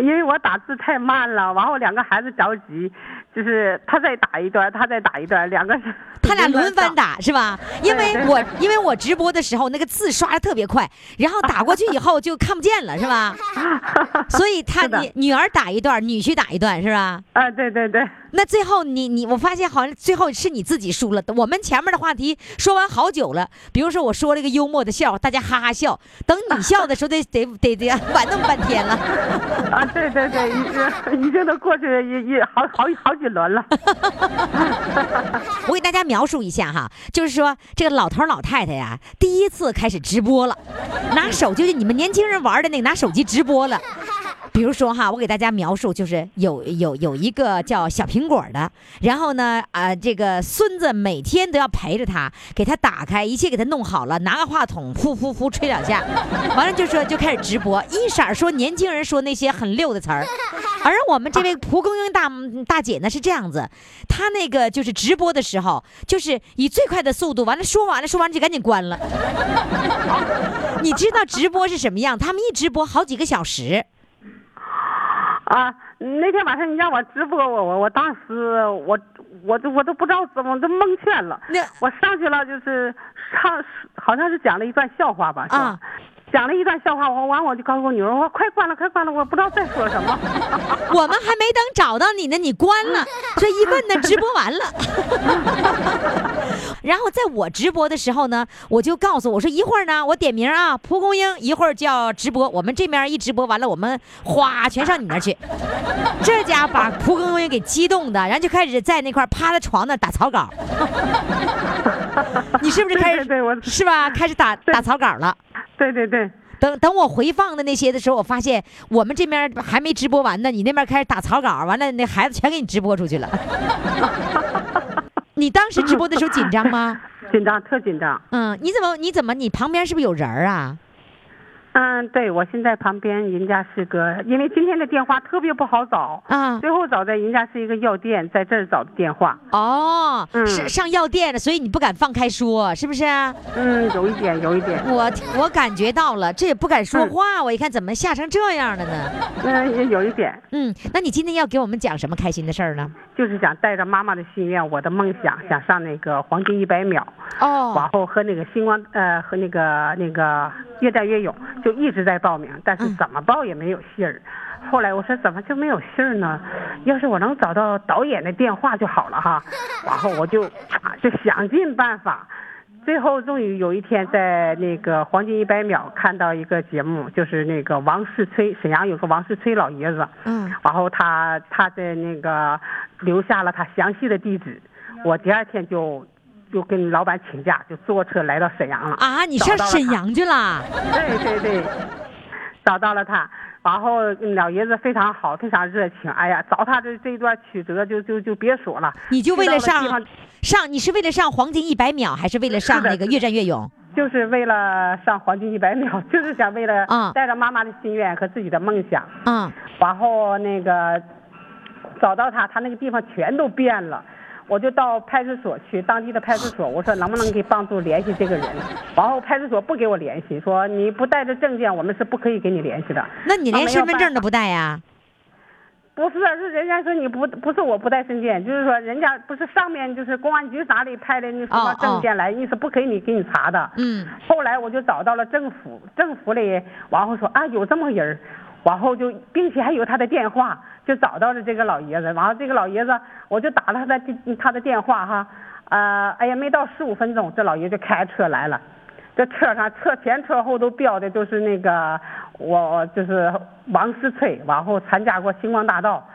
[SPEAKER 9] 因为我打字太慢了，然后两个孩子着急，就是他再打一段，他再打一段，两个人
[SPEAKER 2] 他俩轮番。打是吧？因为
[SPEAKER 9] 哎对
[SPEAKER 2] 我因为我直播的时候那个字刷的特别快，然后打过去以后就看不见了是吧？ 所以他
[SPEAKER 9] 是的
[SPEAKER 2] 你女儿打一段，女婿打一段是吧？
[SPEAKER 9] 啊，对对对，
[SPEAKER 2] 那最后你你我发现好像最后是你自己输了。我们前面的话题说完好久了，比如说我说了一个幽默的笑，大家哈哈笑，等你笑的时候得得得得玩弄半天了。
[SPEAKER 9] 啊，对对对，已经 已经都过去一一好好好几轮了。
[SPEAKER 2] 我给大家描述一下哈，就是说这个老头儿老太太呀，第一次开始直播了，拿手就是你们年轻人玩的那个拿手机直播了。比如说哈，我给大家描述，就是有有有一个叫小苹果的，然后呢，啊、这个孙子每天都要陪着他，给他打开，一切给他弄好了，拿个话筒，噗噗噗吹两下，完了就说就开始直播，一色儿说年轻人说那些很溜的词儿，而我们这位蒲公英大嗯大姐呢是这样子，她那个就是直播的时候，就是以最快的速度，完了说完了说完了就赶紧关了。 你知道直播是什么样？他们一直播好几个小时。
[SPEAKER 9] 啊，那天晚上你让我直播，我我我当时我我都我都不知道怎么都蒙圈了。
[SPEAKER 2] 那
[SPEAKER 9] 我上去了就是唱，好像是讲了一段笑话吧？是吧
[SPEAKER 2] 啊
[SPEAKER 9] 讲了一段笑话，我完我就告诉我女儿，我说快关了，快关了，我不知道在说什么。
[SPEAKER 2] 我们还没等找到你呢，你关了，这一问呢，直播完了。 然后在我直播的时候呢，我就告诉我说一会儿呢，我点名啊，蒲公英一会儿就要直播，我们这面一直播完了，我们哗全上你那儿去。这家把蒲公英给激动的，然后就开始在那块儿趴在床那儿打草稿。 你是不是开始
[SPEAKER 9] 对对对我
[SPEAKER 2] 是吧？开始打打草稿了。
[SPEAKER 9] 对对对，
[SPEAKER 2] 等等我回放的那些的时候，我发现我们这边还没直播完呢，你那边开始打草稿，完了那孩子全给你直播出去了。你当时直播的时候紧张 吗？
[SPEAKER 9] 紧张，特紧张。
[SPEAKER 2] 嗯，你怎么你怎么你旁边是不是有人儿啊？
[SPEAKER 9] 嗯，对，我现在旁边人家是个，因为今天的电话特别不好找，
[SPEAKER 2] 啊、
[SPEAKER 9] 最后找在人家是一个药店，在这儿找的电话。
[SPEAKER 2] 哦，
[SPEAKER 9] 嗯
[SPEAKER 2] 是上药店了，所以你不敢放开说，是不是啊？
[SPEAKER 9] 嗯，有一点，有一点。
[SPEAKER 2] 我嗯我感觉到了，这也不敢说话，我一看怎么吓成这样了呢？
[SPEAKER 9] 嗯，也有一点。
[SPEAKER 2] 嗯，那你今天要给我们讲什么开心的事儿呢？
[SPEAKER 9] 就是想带着妈妈的心愿，我的梦想想上那个黄金一百秒，然
[SPEAKER 2] 哦，
[SPEAKER 9] 后和那个星光呃和那个那个越战越勇，就一直在报名，但是
[SPEAKER 2] 嗯
[SPEAKER 9] 怎么报也没有信儿。后来我说怎么就没有信儿呢？要是我能找到导演的电话就好 了哈。然后我就啊就想尽办法，最后终于有一天在那个黄金一百秒看到一个节目，就是那个王世崔，沈阳有个王世崔老爷子，
[SPEAKER 2] 嗯，
[SPEAKER 9] 然后他他的那个留下了他详细的地址，
[SPEAKER 2] 嗯
[SPEAKER 9] 我第二天就就跟老板请假，就坐车来到沈阳了。
[SPEAKER 2] 啊，你上
[SPEAKER 9] 找到了
[SPEAKER 2] 沈阳去了？
[SPEAKER 9] 对对对，找到了他，然后嗯老爷子非常好，非常热情。哎呀，找他这这一段曲折就就就别说了，
[SPEAKER 2] 你就为了
[SPEAKER 9] 去到地
[SPEAKER 2] 上
[SPEAKER 9] 方
[SPEAKER 2] 上，你是为了上黄金一百秒，还是为了上
[SPEAKER 9] 是的
[SPEAKER 2] 那个越战越勇？
[SPEAKER 9] 就是为了上黄金一百秒， 就是想为了
[SPEAKER 2] 啊
[SPEAKER 9] 带着妈妈的心愿和自己的梦想。
[SPEAKER 2] 嗯，
[SPEAKER 9] 然后那个找到他，他那个地方全都变了。我就到派出所去，当地的派出所，我说能不能给帮助联系这个人？然后派出所不给我联系，说你不带着证件，我们是不可以给你联系的。
[SPEAKER 2] 那你
[SPEAKER 9] 啊
[SPEAKER 2] 连
[SPEAKER 9] 没有
[SPEAKER 2] 身份证
[SPEAKER 9] 办
[SPEAKER 2] 都
[SPEAKER 9] 法
[SPEAKER 2] 不带呀、
[SPEAKER 9] 不是，是人家说你不不是我不带证件，就是说人家不是上面就是公安局哪里派的那什么
[SPEAKER 2] 哦哦
[SPEAKER 9] 证件来，意思不可以你给你查的。
[SPEAKER 2] 嗯。
[SPEAKER 9] 后来我就找到了政府，政府里然后说啊有这么人儿，然后就并且还有他的电话，就找到了这个老爷子。完了这个老爷子我就打了他的电他的电话哈，呃哎呀没到十五分钟，这老爷就开车来了。这车上车前车后都标的都是那个我就是王思翠，然后参加过星光大 道，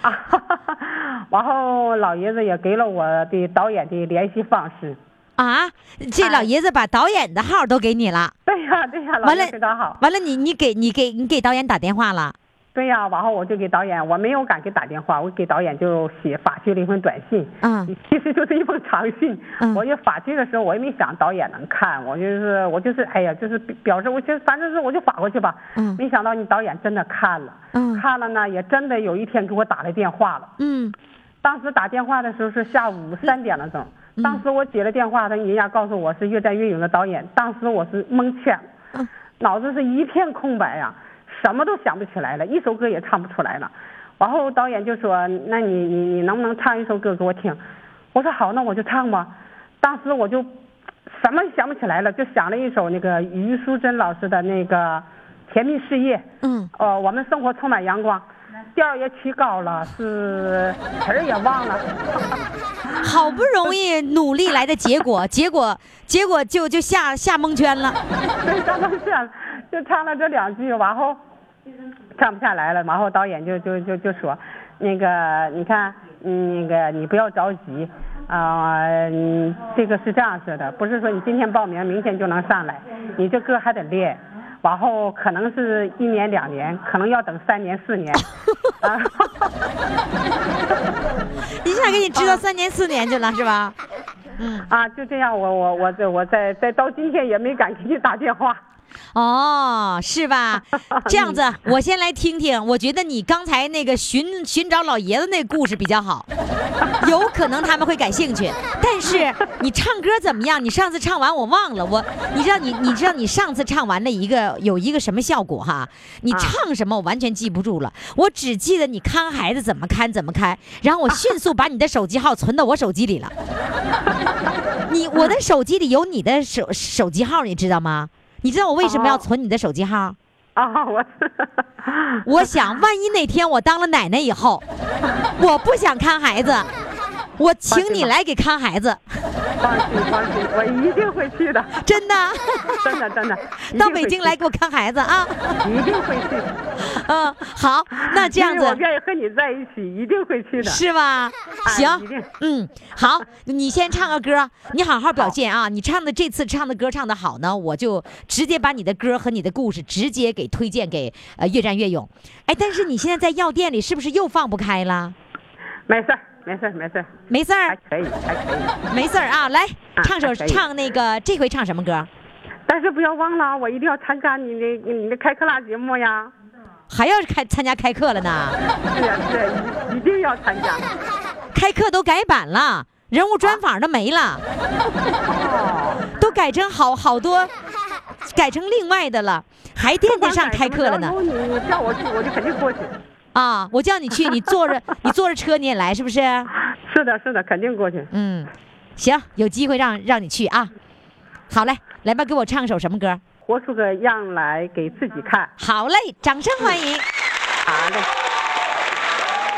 [SPEAKER 9] 啊 啊，然后老爷子也给了我的导演的联系方式。
[SPEAKER 2] 啊，这老
[SPEAKER 9] 哎
[SPEAKER 2] 爷子把导演的号都给你了，
[SPEAKER 9] 对呀、对呀、老
[SPEAKER 2] 完
[SPEAKER 9] 爷
[SPEAKER 2] 了
[SPEAKER 9] 非常好。
[SPEAKER 2] 完了你你给你给你给导演打电话了，
[SPEAKER 9] 对呀、然后我就给导演，我没有敢给打电话，我给导演就写法剧了一封短信，
[SPEAKER 2] 嗯，
[SPEAKER 9] 其实就是一封长信。
[SPEAKER 2] 嗯
[SPEAKER 9] 我就法剧的时候，我也没想导演能看，我就是我就是哎呀，就是表示我就反正是我就发过去吧。
[SPEAKER 2] 嗯
[SPEAKER 9] 没想到你导演真的看了，
[SPEAKER 2] 嗯
[SPEAKER 9] 看了呢，也真的有一天给我打来电话了。
[SPEAKER 2] 嗯，
[SPEAKER 9] 当时打电话的时候是下午三点了钟，
[SPEAKER 2] 嗯
[SPEAKER 9] 当时我接了电话，他人家告诉我是《越战越勇》的导演，当时我是蒙圈
[SPEAKER 2] 嗯，
[SPEAKER 9] 脑子是一片空白呀、什么都想不起来了，一首歌也唱不出来了。然后导演就说：“那你你你能不能唱一首歌给我听？”我说：“好，那我就唱吧。”当时我就什么也想不起来了，就想了一首那个于淑珍老师的那个《甜蜜事业》。
[SPEAKER 2] 嗯，
[SPEAKER 9] 呃，我们生活充满阳光，调儿也起高了，是词儿也忘了。
[SPEAKER 2] 好不容易努力来的结 果，结果结果就就下下蒙圈了，
[SPEAKER 9] 对，张梦炫就唱了这两句，然后唱不下来了，然后导演就就就就说，那个你看，嗯那个你不要着急，啊、嗯这个是这样式的，不是说你今天报名，明天就能上来，你这歌还得练。然后可能是一年两年，可能要等三年四年，啊，
[SPEAKER 2] 一下给你知道三年四年去了是 吧？
[SPEAKER 9] 啊，就这样，我我我这我在在到今天也没敢给你打电话。
[SPEAKER 2] 哦，是吧？ 这样子，我先来听听。我觉得你刚才那个寻寻找老爷子那故事比较好，有可能他们会感兴趣。但是你唱歌怎么样？你上次唱完我忘了，我你知道你你知道你上次唱完了一个有一个什么效果哈？你唱什么我完全记不住了，我只记得你看孩子怎么看怎么看，然后我迅速把你的手机号存到我手机里了。你我的手机里有你的手手机号，你知道吗？你知道我为什么要
[SPEAKER 9] 哦
[SPEAKER 2] 存你的手机号？
[SPEAKER 9] 啊，我
[SPEAKER 2] 我想，万一哪天我当了奶奶以 后，我不想看孩子，我请你来给看孩 子，
[SPEAKER 9] 放心放心，我一定会去的，
[SPEAKER 2] 真的，
[SPEAKER 9] 真的 真的。一定
[SPEAKER 2] 到
[SPEAKER 9] 会
[SPEAKER 2] 北京
[SPEAKER 9] 去
[SPEAKER 2] 来，给我看孩子啊！
[SPEAKER 9] 一定会去。
[SPEAKER 2] 嗯，好， 那这样
[SPEAKER 9] 因为我
[SPEAKER 2] 子
[SPEAKER 9] 愿意和你在一起，一定会去的。
[SPEAKER 2] 是吧？
[SPEAKER 9] 哎一
[SPEAKER 2] 行
[SPEAKER 9] 定，
[SPEAKER 2] 嗯，好，你先唱个歌，你好好表现啊！你唱的这次唱的歌唱的好呢，我就直接把你的歌和你的故事直接给推荐给呃越战越勇。哎，但是你现在在药店里是不是又放不开了？
[SPEAKER 9] 没事儿，没事儿，没事儿，
[SPEAKER 2] 没事
[SPEAKER 9] 还
[SPEAKER 2] 儿，
[SPEAKER 9] 可以，还可以。
[SPEAKER 2] 没事儿啊，来
[SPEAKER 9] 啊
[SPEAKER 2] 唱首
[SPEAKER 9] 还可以
[SPEAKER 2] 唱那个这回唱什么歌？
[SPEAKER 9] 但是不要忘了啊，我一定要参加你的你的开课啦节目呀。
[SPEAKER 2] 还要开参加开课了呢？
[SPEAKER 9] 是呀是呀，一一定要参加。
[SPEAKER 2] 开课都改版了，人物专访都没了，
[SPEAKER 9] 哦
[SPEAKER 2] 都改成好好多，改成另外的了，还惦记上开课了呢
[SPEAKER 9] 然。后你你叫我去，我就肯定过去。
[SPEAKER 2] 啊，我叫你去，你坐着你坐着车你也来是不是？
[SPEAKER 9] 是的，是的，肯定过去。
[SPEAKER 2] 嗯，行，有机会让让你去啊。好嘞，来吧，给我唱首什么歌？
[SPEAKER 9] 活出个样来给自己看。
[SPEAKER 2] 好嘞，掌声欢迎。
[SPEAKER 9] 好嘞。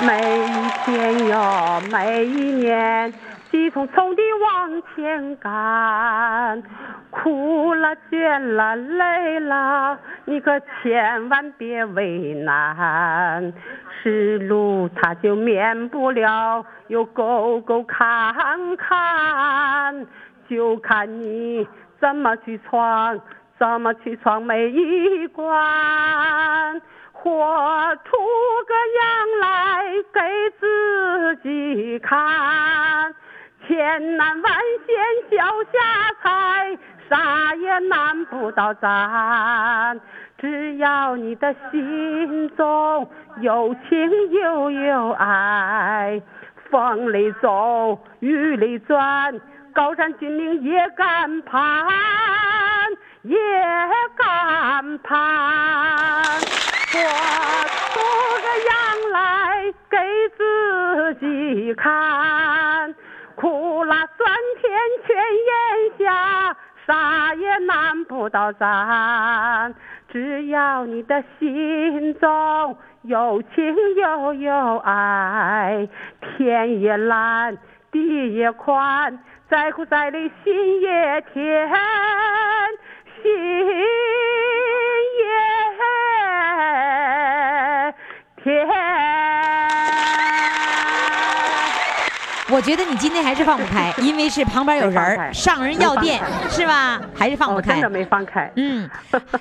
[SPEAKER 9] 每一天哟，每一年，急匆匆地往前赶，哭了、倦了、累了，你可千万别为难。是路它就免不了有沟沟坎坎，就看你怎么去闯，怎么去闯每一关。活出个样来给自己看，千难万险脚下踩，啥也难不倒咱。只要你的心中有情又有爱，风里走，雨里钻，高山峻岭也敢攀，也敢攀。我出个样来给自己看，苦辣酸甜全咽下，啥也难不倒咱。只要你的心中有情又有爱，天也蓝，地也宽，再苦再累心也甜，心也。天。
[SPEAKER 2] 我觉得你今天还是放不 开，因为是旁边有人
[SPEAKER 9] 没放
[SPEAKER 2] 儿
[SPEAKER 9] 开
[SPEAKER 2] 上人要电
[SPEAKER 9] 没放
[SPEAKER 2] 是吧？还是放不
[SPEAKER 9] 哦，真
[SPEAKER 2] 开
[SPEAKER 9] 的。没放开。
[SPEAKER 2] 嗯，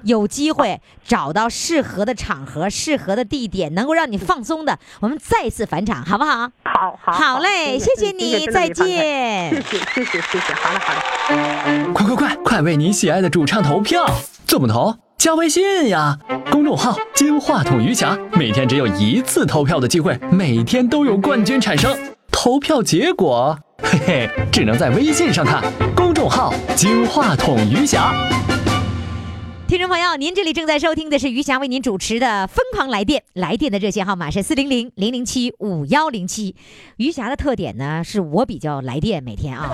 [SPEAKER 2] 有机会找到适合的场合、适合的地点，能够让你放松的，我们再次返场，好不好？
[SPEAKER 9] 好好
[SPEAKER 2] 好嘞，谢谢
[SPEAKER 9] 谢
[SPEAKER 2] 你，
[SPEAKER 9] 真的
[SPEAKER 2] 再
[SPEAKER 9] 没放开谢
[SPEAKER 2] 见。
[SPEAKER 9] 谢谢谢谢谢，好了好了。
[SPEAKER 5] 快快快，快为你喜爱的主唱投票！怎么投？加微信呀，公众号“金话筒余霞”，每天只有一次投票的机会，每天都有冠军产生。投票结果，嘿嘿，只能在微信上看。公众号“金话筒余霞”。
[SPEAKER 2] 听众朋友，您这里正在收听的是余霞为您主持的《疯狂来电》，来电的热线号码是四零零零零七五幺零七。余霞的特点呢，是我比较来电，每天啊，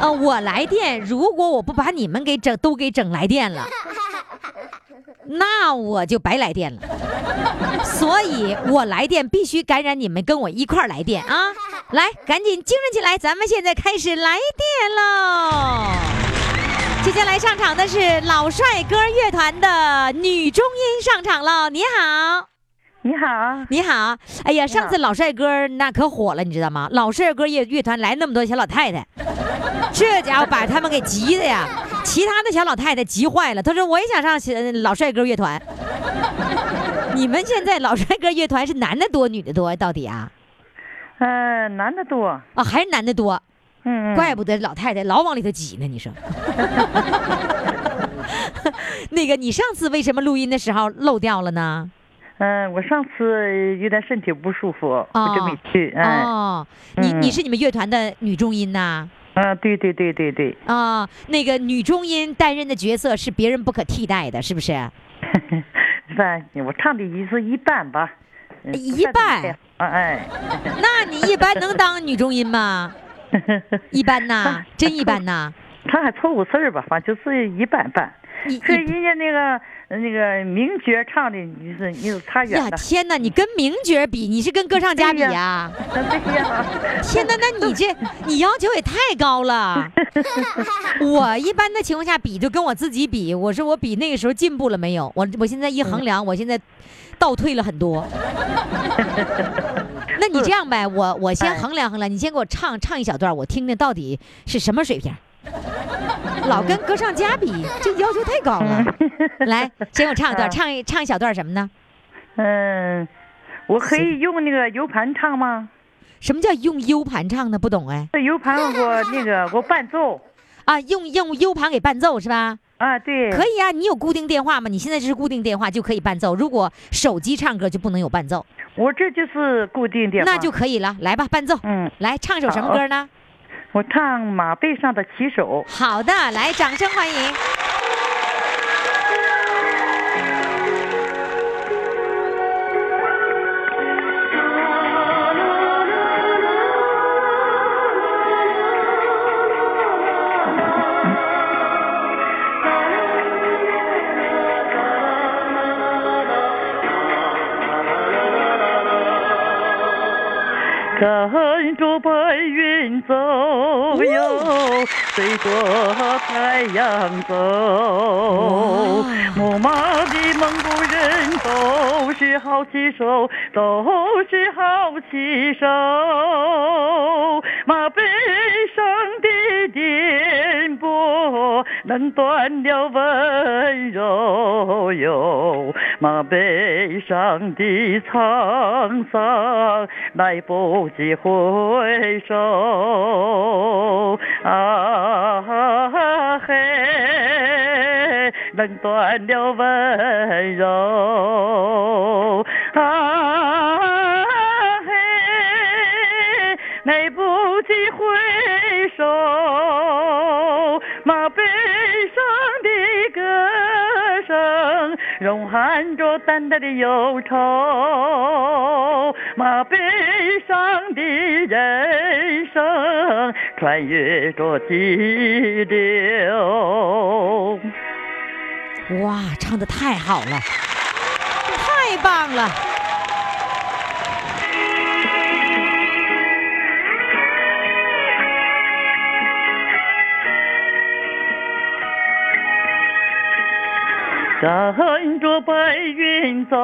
[SPEAKER 2] 啊，我来电，如果我不把你们给整都给整来电了，那我就白来电了。所以我来电必须感染你们，跟我一块儿来电啊！来，赶紧精神起来，咱们现在开始来电喽。接下来上场的是老帅哥乐团的女中音上场了。你好，
[SPEAKER 9] 你好，
[SPEAKER 2] 你好，哎呀，上次老帅哥那可火了，你知道吗？老帅哥乐乐团来那么多小老太太，这家伙把他们给急的呀，其他的小老太太急坏了。他说我也想上呃老帅哥乐团。你们现在老帅哥乐团是男的多，女的多，到底啊？
[SPEAKER 10] 嗯，男的多，
[SPEAKER 2] 啊，还是男的多？
[SPEAKER 10] 嗯，
[SPEAKER 2] 怪不得老太太老往里头挤呢，你说。 那个，你上次为什么录音的时候漏掉了呢？
[SPEAKER 10] 嗯，我上次有点身体不舒服，
[SPEAKER 2] 哦
[SPEAKER 10] 我就没去，嗯，
[SPEAKER 2] 哦，你
[SPEAKER 10] 嗯
[SPEAKER 2] 你是你们乐团的女中音呐、
[SPEAKER 10] 嗯，对对对对对，
[SPEAKER 2] 啊？那个女中音担任的角色是别人不可替代的，是 不是？
[SPEAKER 10] 反正我唱的一是一半吧，嗯
[SPEAKER 2] 一半，
[SPEAKER 10] 啊哎，
[SPEAKER 2] 那你一般能当女中音吗？一般 呐，真一般呐。
[SPEAKER 10] 他还凑合事儿吧，反正就是一半半。
[SPEAKER 2] 你
[SPEAKER 10] 和
[SPEAKER 2] 你
[SPEAKER 10] 人家那个呃那个名角唱的，你是你是差远
[SPEAKER 2] 呀，
[SPEAKER 10] 了，
[SPEAKER 2] 天哪！你跟名角比，你是跟歌唱家比
[SPEAKER 10] 对
[SPEAKER 2] 呀、
[SPEAKER 10] 呀对呀，
[SPEAKER 2] 天 哪，那你这你要求也太高了。我一般的情况下比，就跟我自己比，我说我比那个时候进步了没有？我我现在一衡
[SPEAKER 10] 嗯
[SPEAKER 2] 量，我现在倒退了很多。 那你这样呗，我我先
[SPEAKER 10] 哎
[SPEAKER 2] 衡量衡量，你先给我唱唱一小段，我听听到底是什么水平。老跟歌唱家 比，这要求太高了。来，先给我唱一段，
[SPEAKER 10] 嗯
[SPEAKER 2] 唱一唱一小段什么呢？
[SPEAKER 10] 嗯，我可以用那个 U 盘唱吗？
[SPEAKER 2] 什么叫用 U 盘唱呢？不懂哎。
[SPEAKER 10] 这 U 盘我那个我伴奏，
[SPEAKER 2] 啊，用用 U 盘给伴奏是吧？
[SPEAKER 10] 啊对，
[SPEAKER 2] 可以啊，你有固定电话吗？你现在这是固定电话就可以伴奏，如果手机唱歌就不能有伴奏，
[SPEAKER 10] 我这就是固定电话，
[SPEAKER 2] 那就可以了。来吧，伴奏，
[SPEAKER 10] 嗯。
[SPEAKER 2] 来唱首什么歌呢？
[SPEAKER 10] 我唱马背上的骑手。
[SPEAKER 2] 好的，来，掌声欢迎。
[SPEAKER 10] 马跟着白云走
[SPEAKER 2] 哦
[SPEAKER 10] 哟，随着太阳走。牧马的蒙古人都是好骑手，都是好骑手。马背上的颠簸能断了温柔哟，马背上的沧桑来不及回首啊嘿，能断了温柔啊嘿，来不及回首，马背上的歌声融含着淡淡的忧愁，马背上的人生穿越着激流。
[SPEAKER 2] 哇，唱的太好了，太棒了！
[SPEAKER 10] 跟着白云走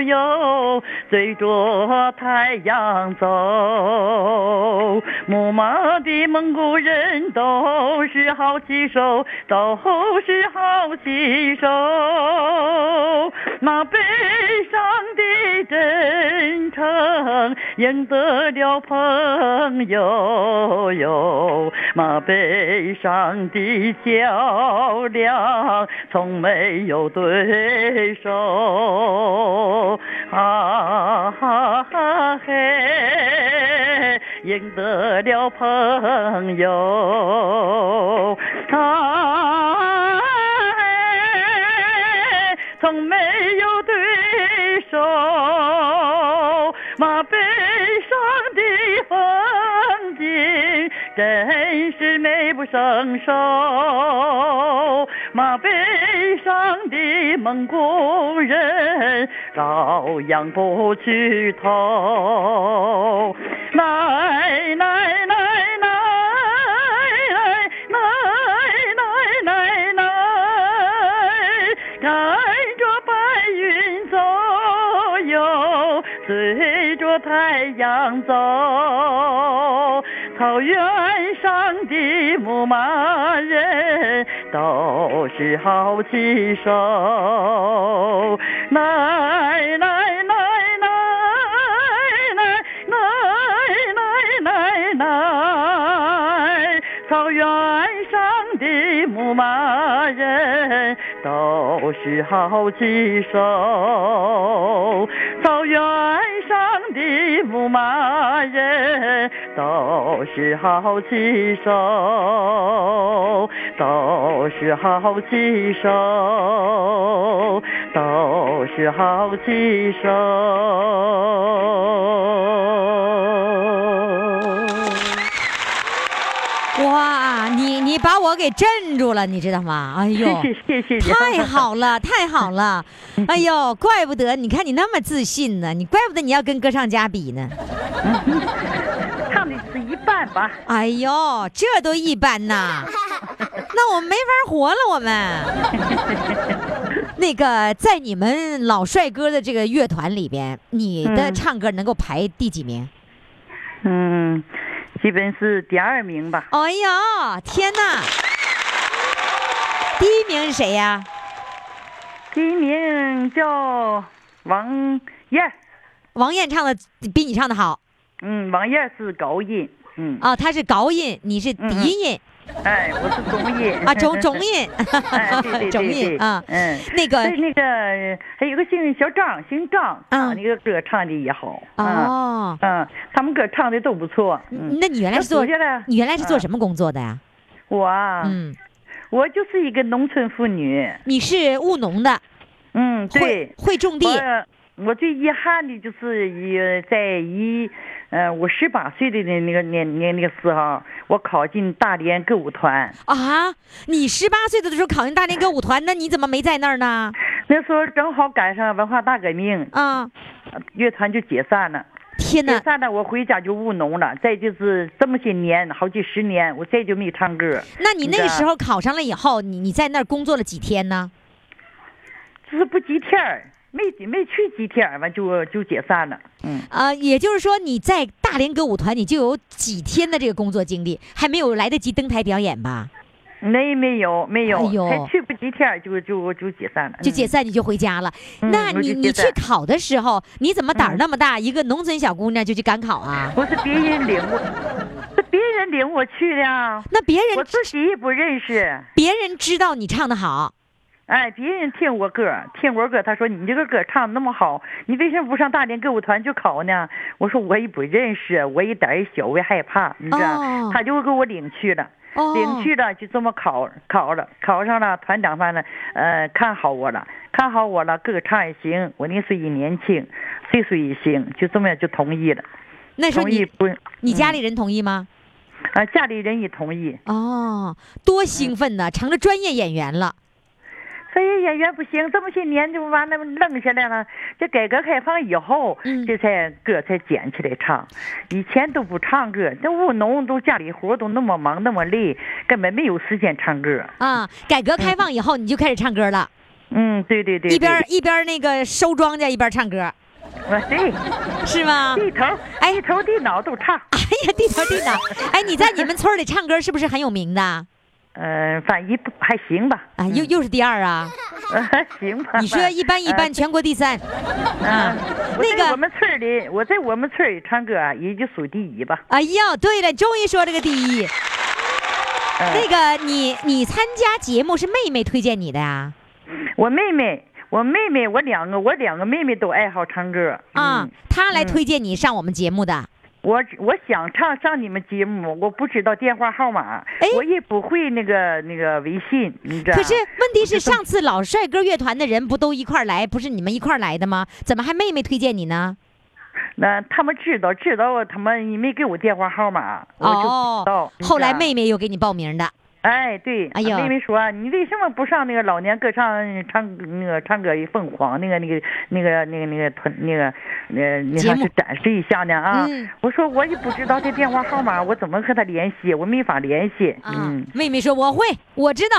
[SPEAKER 10] 哟，追着太阳走。牧马的蒙古人都是好骑手，都是好骑手。马背上的真诚赢得了朋友哟，马背上的较量从没有对手啊嘿，赢得了朋友啊嘿，从没有对手，马背上的风景真是美不胜收。马背上的蒙古人照样不去偷。来来来来来来来来来，跟着白云走哟，随着太阳走。草原上的牧马人都是好骑手，来来来来来来来来来，草原上的牧马人都是好骑手，草原上的牧马人都是好骑手，都是好骑手，都是好骑手。
[SPEAKER 2] 哇，你你把我给镇住了，你知道吗？哎 呦，
[SPEAKER 10] 谢谢谢谢谢，
[SPEAKER 2] 太好了，太好了！哎呦，怪不得你看你那么自信呢，你怪不得你要跟歌唱家比呢。
[SPEAKER 10] 唱的是一半吧。
[SPEAKER 2] 哎呦，这都一般 呐，那我们没法活了，我们。那个，在你们老帅哥的这个乐团里边，你的唱歌能够排第几名？
[SPEAKER 10] 嗯，基本是第二名吧。
[SPEAKER 2] 哎呦，天哪！第一名是谁呀、
[SPEAKER 10] 第一名叫王燕，
[SPEAKER 2] 王艳唱的比你唱的好
[SPEAKER 10] 嗯，王燕是高音，嗯，
[SPEAKER 2] 啊，她是高音，你是低音、
[SPEAKER 10] 哎，我是中音
[SPEAKER 2] 啊， 中中，音
[SPEAKER 10] 哎，对对，
[SPEAKER 2] 中
[SPEAKER 10] 对对
[SPEAKER 2] 音啊，
[SPEAKER 10] 嗯，
[SPEAKER 2] 那个
[SPEAKER 10] 对那个还有个姓小张，姓张，
[SPEAKER 2] 嗯
[SPEAKER 10] 唱那个歌唱的也好，嗯
[SPEAKER 2] 哦，
[SPEAKER 10] 嗯，他们歌唱的都不错，嗯，
[SPEAKER 2] 那你原来是做
[SPEAKER 10] 那属下来
[SPEAKER 2] 你原来是做
[SPEAKER 10] 嗯
[SPEAKER 2] 什么工作的呀？
[SPEAKER 10] 我啊，
[SPEAKER 2] 嗯，
[SPEAKER 10] 我就是一个农村妇女，
[SPEAKER 2] 你是务农的，
[SPEAKER 10] 嗯，对
[SPEAKER 2] 会，会种地，
[SPEAKER 10] 我我最遗憾的就是一在一，呃，我十八岁的那那个年年那个时候，我考进大连歌舞团。
[SPEAKER 2] 啊，你十八岁的时候考进大连歌舞团，那你怎么没在那儿呢？
[SPEAKER 10] 那时候正好赶上文化大革命，
[SPEAKER 2] 啊，
[SPEAKER 10] 乐团就解散了。
[SPEAKER 2] 天
[SPEAKER 11] 解
[SPEAKER 2] 哪！
[SPEAKER 11] 散了，我回家就务农了。再就是这么些年，好几十年，我再就没唱歌。
[SPEAKER 2] 那你那个
[SPEAKER 11] 知道
[SPEAKER 2] 时候考上了以后，你你在那儿工作了几天呢？
[SPEAKER 11] 就是不几天儿，没没去几天儿，完就就解散了。嗯，
[SPEAKER 2] 啊，也就是说你在大连歌舞团你就有几天的这个工作经历，还没有来得及登台表演吧？
[SPEAKER 11] 没没有没有，
[SPEAKER 2] 哎呦
[SPEAKER 11] 才去不几天儿就就就解散了，
[SPEAKER 2] 就解
[SPEAKER 11] 嗯
[SPEAKER 2] 散你就回家了。
[SPEAKER 11] 嗯
[SPEAKER 2] 那
[SPEAKER 11] 我
[SPEAKER 2] 你
[SPEAKER 11] 就嗯
[SPEAKER 2] 你
[SPEAKER 11] 解
[SPEAKER 2] 去
[SPEAKER 11] 散
[SPEAKER 2] 考的时候，你怎么胆儿那么大？一个农村小姑娘就去赶考啊？
[SPEAKER 11] 嗯不是别人领我，是别人领我去的啊，
[SPEAKER 2] 那别
[SPEAKER 11] 我
[SPEAKER 2] 人
[SPEAKER 11] 自己也不认识。
[SPEAKER 2] 别人知道你唱的好，
[SPEAKER 11] 哎，别人听我歌，听我歌，他说你这个歌唱的那么好，你为什么不上大连歌舞团去考呢？我说我也不认识，我也胆儿小，我也害怕，你知道？
[SPEAKER 2] 哦
[SPEAKER 11] 他就给我领去了。
[SPEAKER 2] 哦
[SPEAKER 11] 领去了，就这么考考了，考上了团长班了，呃，看好我了，看好我了，歌唱也行，我那时候也年轻，岁数也行，就这么样就同意了，
[SPEAKER 2] 那时候
[SPEAKER 11] 同意
[SPEAKER 2] 你
[SPEAKER 11] 不？
[SPEAKER 2] 你家
[SPEAKER 11] 嗯
[SPEAKER 2] 里人同意吗？
[SPEAKER 11] 啊、家里人也同意。
[SPEAKER 2] 哦，
[SPEAKER 11] 嗯
[SPEAKER 2] 多兴奋呐，成了专业演员了。
[SPEAKER 11] 所以演员不行，这么些年就完了愣下来了。这改革开放以后，
[SPEAKER 2] 嗯
[SPEAKER 11] 这才歌才捡起来唱，以前都不唱歌。这务农都家里活都那么忙那么累，根本没有时间唱歌。
[SPEAKER 2] 啊，改革开放以后你就开始唱歌了，
[SPEAKER 11] 嗯，对对对，
[SPEAKER 2] 一边一边那个收庄稼一边唱歌，
[SPEAKER 11] 对啊对，
[SPEAKER 2] 是 吗？
[SPEAKER 11] 地头
[SPEAKER 2] 哎
[SPEAKER 11] 地头地脑都唱。
[SPEAKER 2] 哎呀，地头地脑，哎，你在你们村儿里唱歌是不是很有名的？啊，
[SPEAKER 11] 嗯、反正一不还行吧，
[SPEAKER 2] 又又是第二 啊？
[SPEAKER 11] 还行吧。
[SPEAKER 2] 你说一般一般，全国第 三。
[SPEAKER 11] 啊，我
[SPEAKER 2] 那个
[SPEAKER 11] 在我们村儿里，我在我们村儿里唱歌啊，也就数第一吧。
[SPEAKER 2] 哎呀，对了，终于说这个第一。
[SPEAKER 11] 嗯
[SPEAKER 2] 那个你你参加节目是妹妹推荐你的呀？
[SPEAKER 11] 我妹妹，我妹妹，我两个，我两个妹妹都爱好唱歌。
[SPEAKER 2] 啊
[SPEAKER 11] 嗯，
[SPEAKER 2] 她来
[SPEAKER 11] 嗯
[SPEAKER 2] 推荐你上我们节目的。
[SPEAKER 11] 我我想唱上你们节目，我不知道电话号码，我也不会那个那个微信，你知
[SPEAKER 2] 哎
[SPEAKER 11] 道？
[SPEAKER 2] 可是问题是，上次老帅哥乐团的人不都一块儿来，不是你们一块儿来的吗？怎么还妹妹推荐你呢？
[SPEAKER 11] 那他们知道，知道他们你没给我电话号码，我就不知道
[SPEAKER 2] 哦。，后来妹
[SPEAKER 11] 妹，
[SPEAKER 2] 妹又给你报名的。啊
[SPEAKER 11] 哎，对，
[SPEAKER 2] 哎呦
[SPEAKER 11] 妹妹说啊你为什么不上那个老年歌唱唱那个唱歌凤凰那个那个那个那个那个团那个呃那
[SPEAKER 2] 节
[SPEAKER 11] 啥
[SPEAKER 2] 目
[SPEAKER 11] 去展示一下呢啊？
[SPEAKER 2] 嗯
[SPEAKER 11] 我说我也不知道这电话号码，我怎么和他联系？我没法联系。
[SPEAKER 2] 啊
[SPEAKER 11] 嗯，，
[SPEAKER 2] 妹妹说我会，我知 道。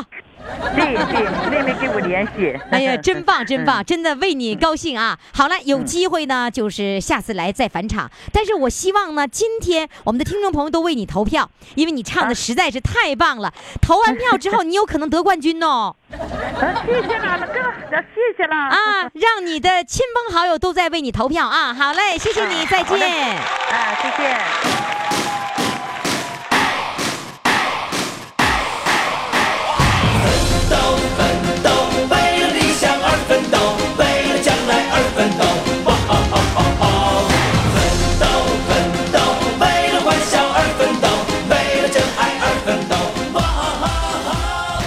[SPEAKER 11] 对对，妹妹给我联系。
[SPEAKER 2] 哎呀，真棒，真
[SPEAKER 11] 嗯
[SPEAKER 2] 棒，真的为你高兴啊！好了，有机会呢，就是下次来再返场。但是我希望呢，今天我们的听众朋友都为你投票，因为你唱
[SPEAKER 11] 啊
[SPEAKER 2] 的实在是太棒了。投完票之后，你有可能得冠军 哦！
[SPEAKER 11] 啊，谢谢啦，哥，啊谢谢啦。
[SPEAKER 2] 啊，让你的亲朋好友都在为你投票啊！好嘞，谢谢你，再
[SPEAKER 11] 好嘞
[SPEAKER 2] 见。
[SPEAKER 11] 啊，谢谢。
[SPEAKER 1] 奋斗，奋斗，为了理想而奋斗，为了将来而奋斗，哇哈哈哈哈！奋斗，奋斗，为了欢笑而奋斗，为了真爱而奋斗，哇哈哈哈！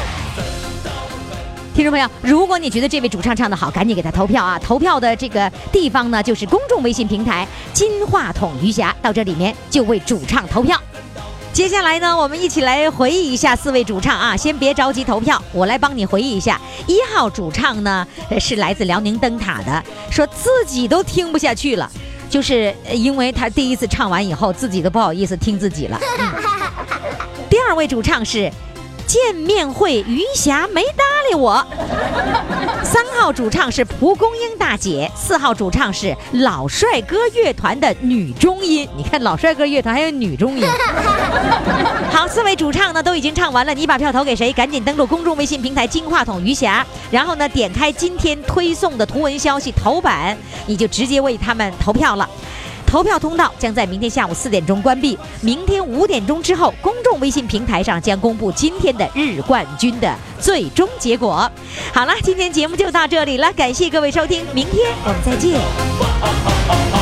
[SPEAKER 2] 听众朋友，如果你觉得这位主唱唱得好，赶紧给他投票啊！投票的这个地方呢，就是公众微信平台“金话筒余霞”，到这里面就为主唱投票。接下来呢，我们一起来回忆一下四位主唱啊，先别着急投票，我来帮你回忆一下。一号主唱呢呃是来自辽宁灯塔的，说自己都听不下去了。就是呃因为他第一次唱完以后，自己都不好意思听自己了。嗯第二位主唱是见面会，余霞没搭理我。 三号主唱是蒲公英大姐，四号主唱是老帅哥乐团的女中音。你看老帅哥乐团还有女中音。好，四位主唱呢都已经唱完了，你把票投给谁？赶紧登录公众微信平台“金话筒余霞”，然后呢点开今天推送的图文消息头版，你就直接为他们投票了。投票通道将在明天下午四点钟关闭，明天五点钟之后，公众微信平台上将公布今天的日冠军的最终结果。好了，今天节目就到这里了，感谢各位收听，明天我们再见。
[SPEAKER 1] 哇哈哈哈哈！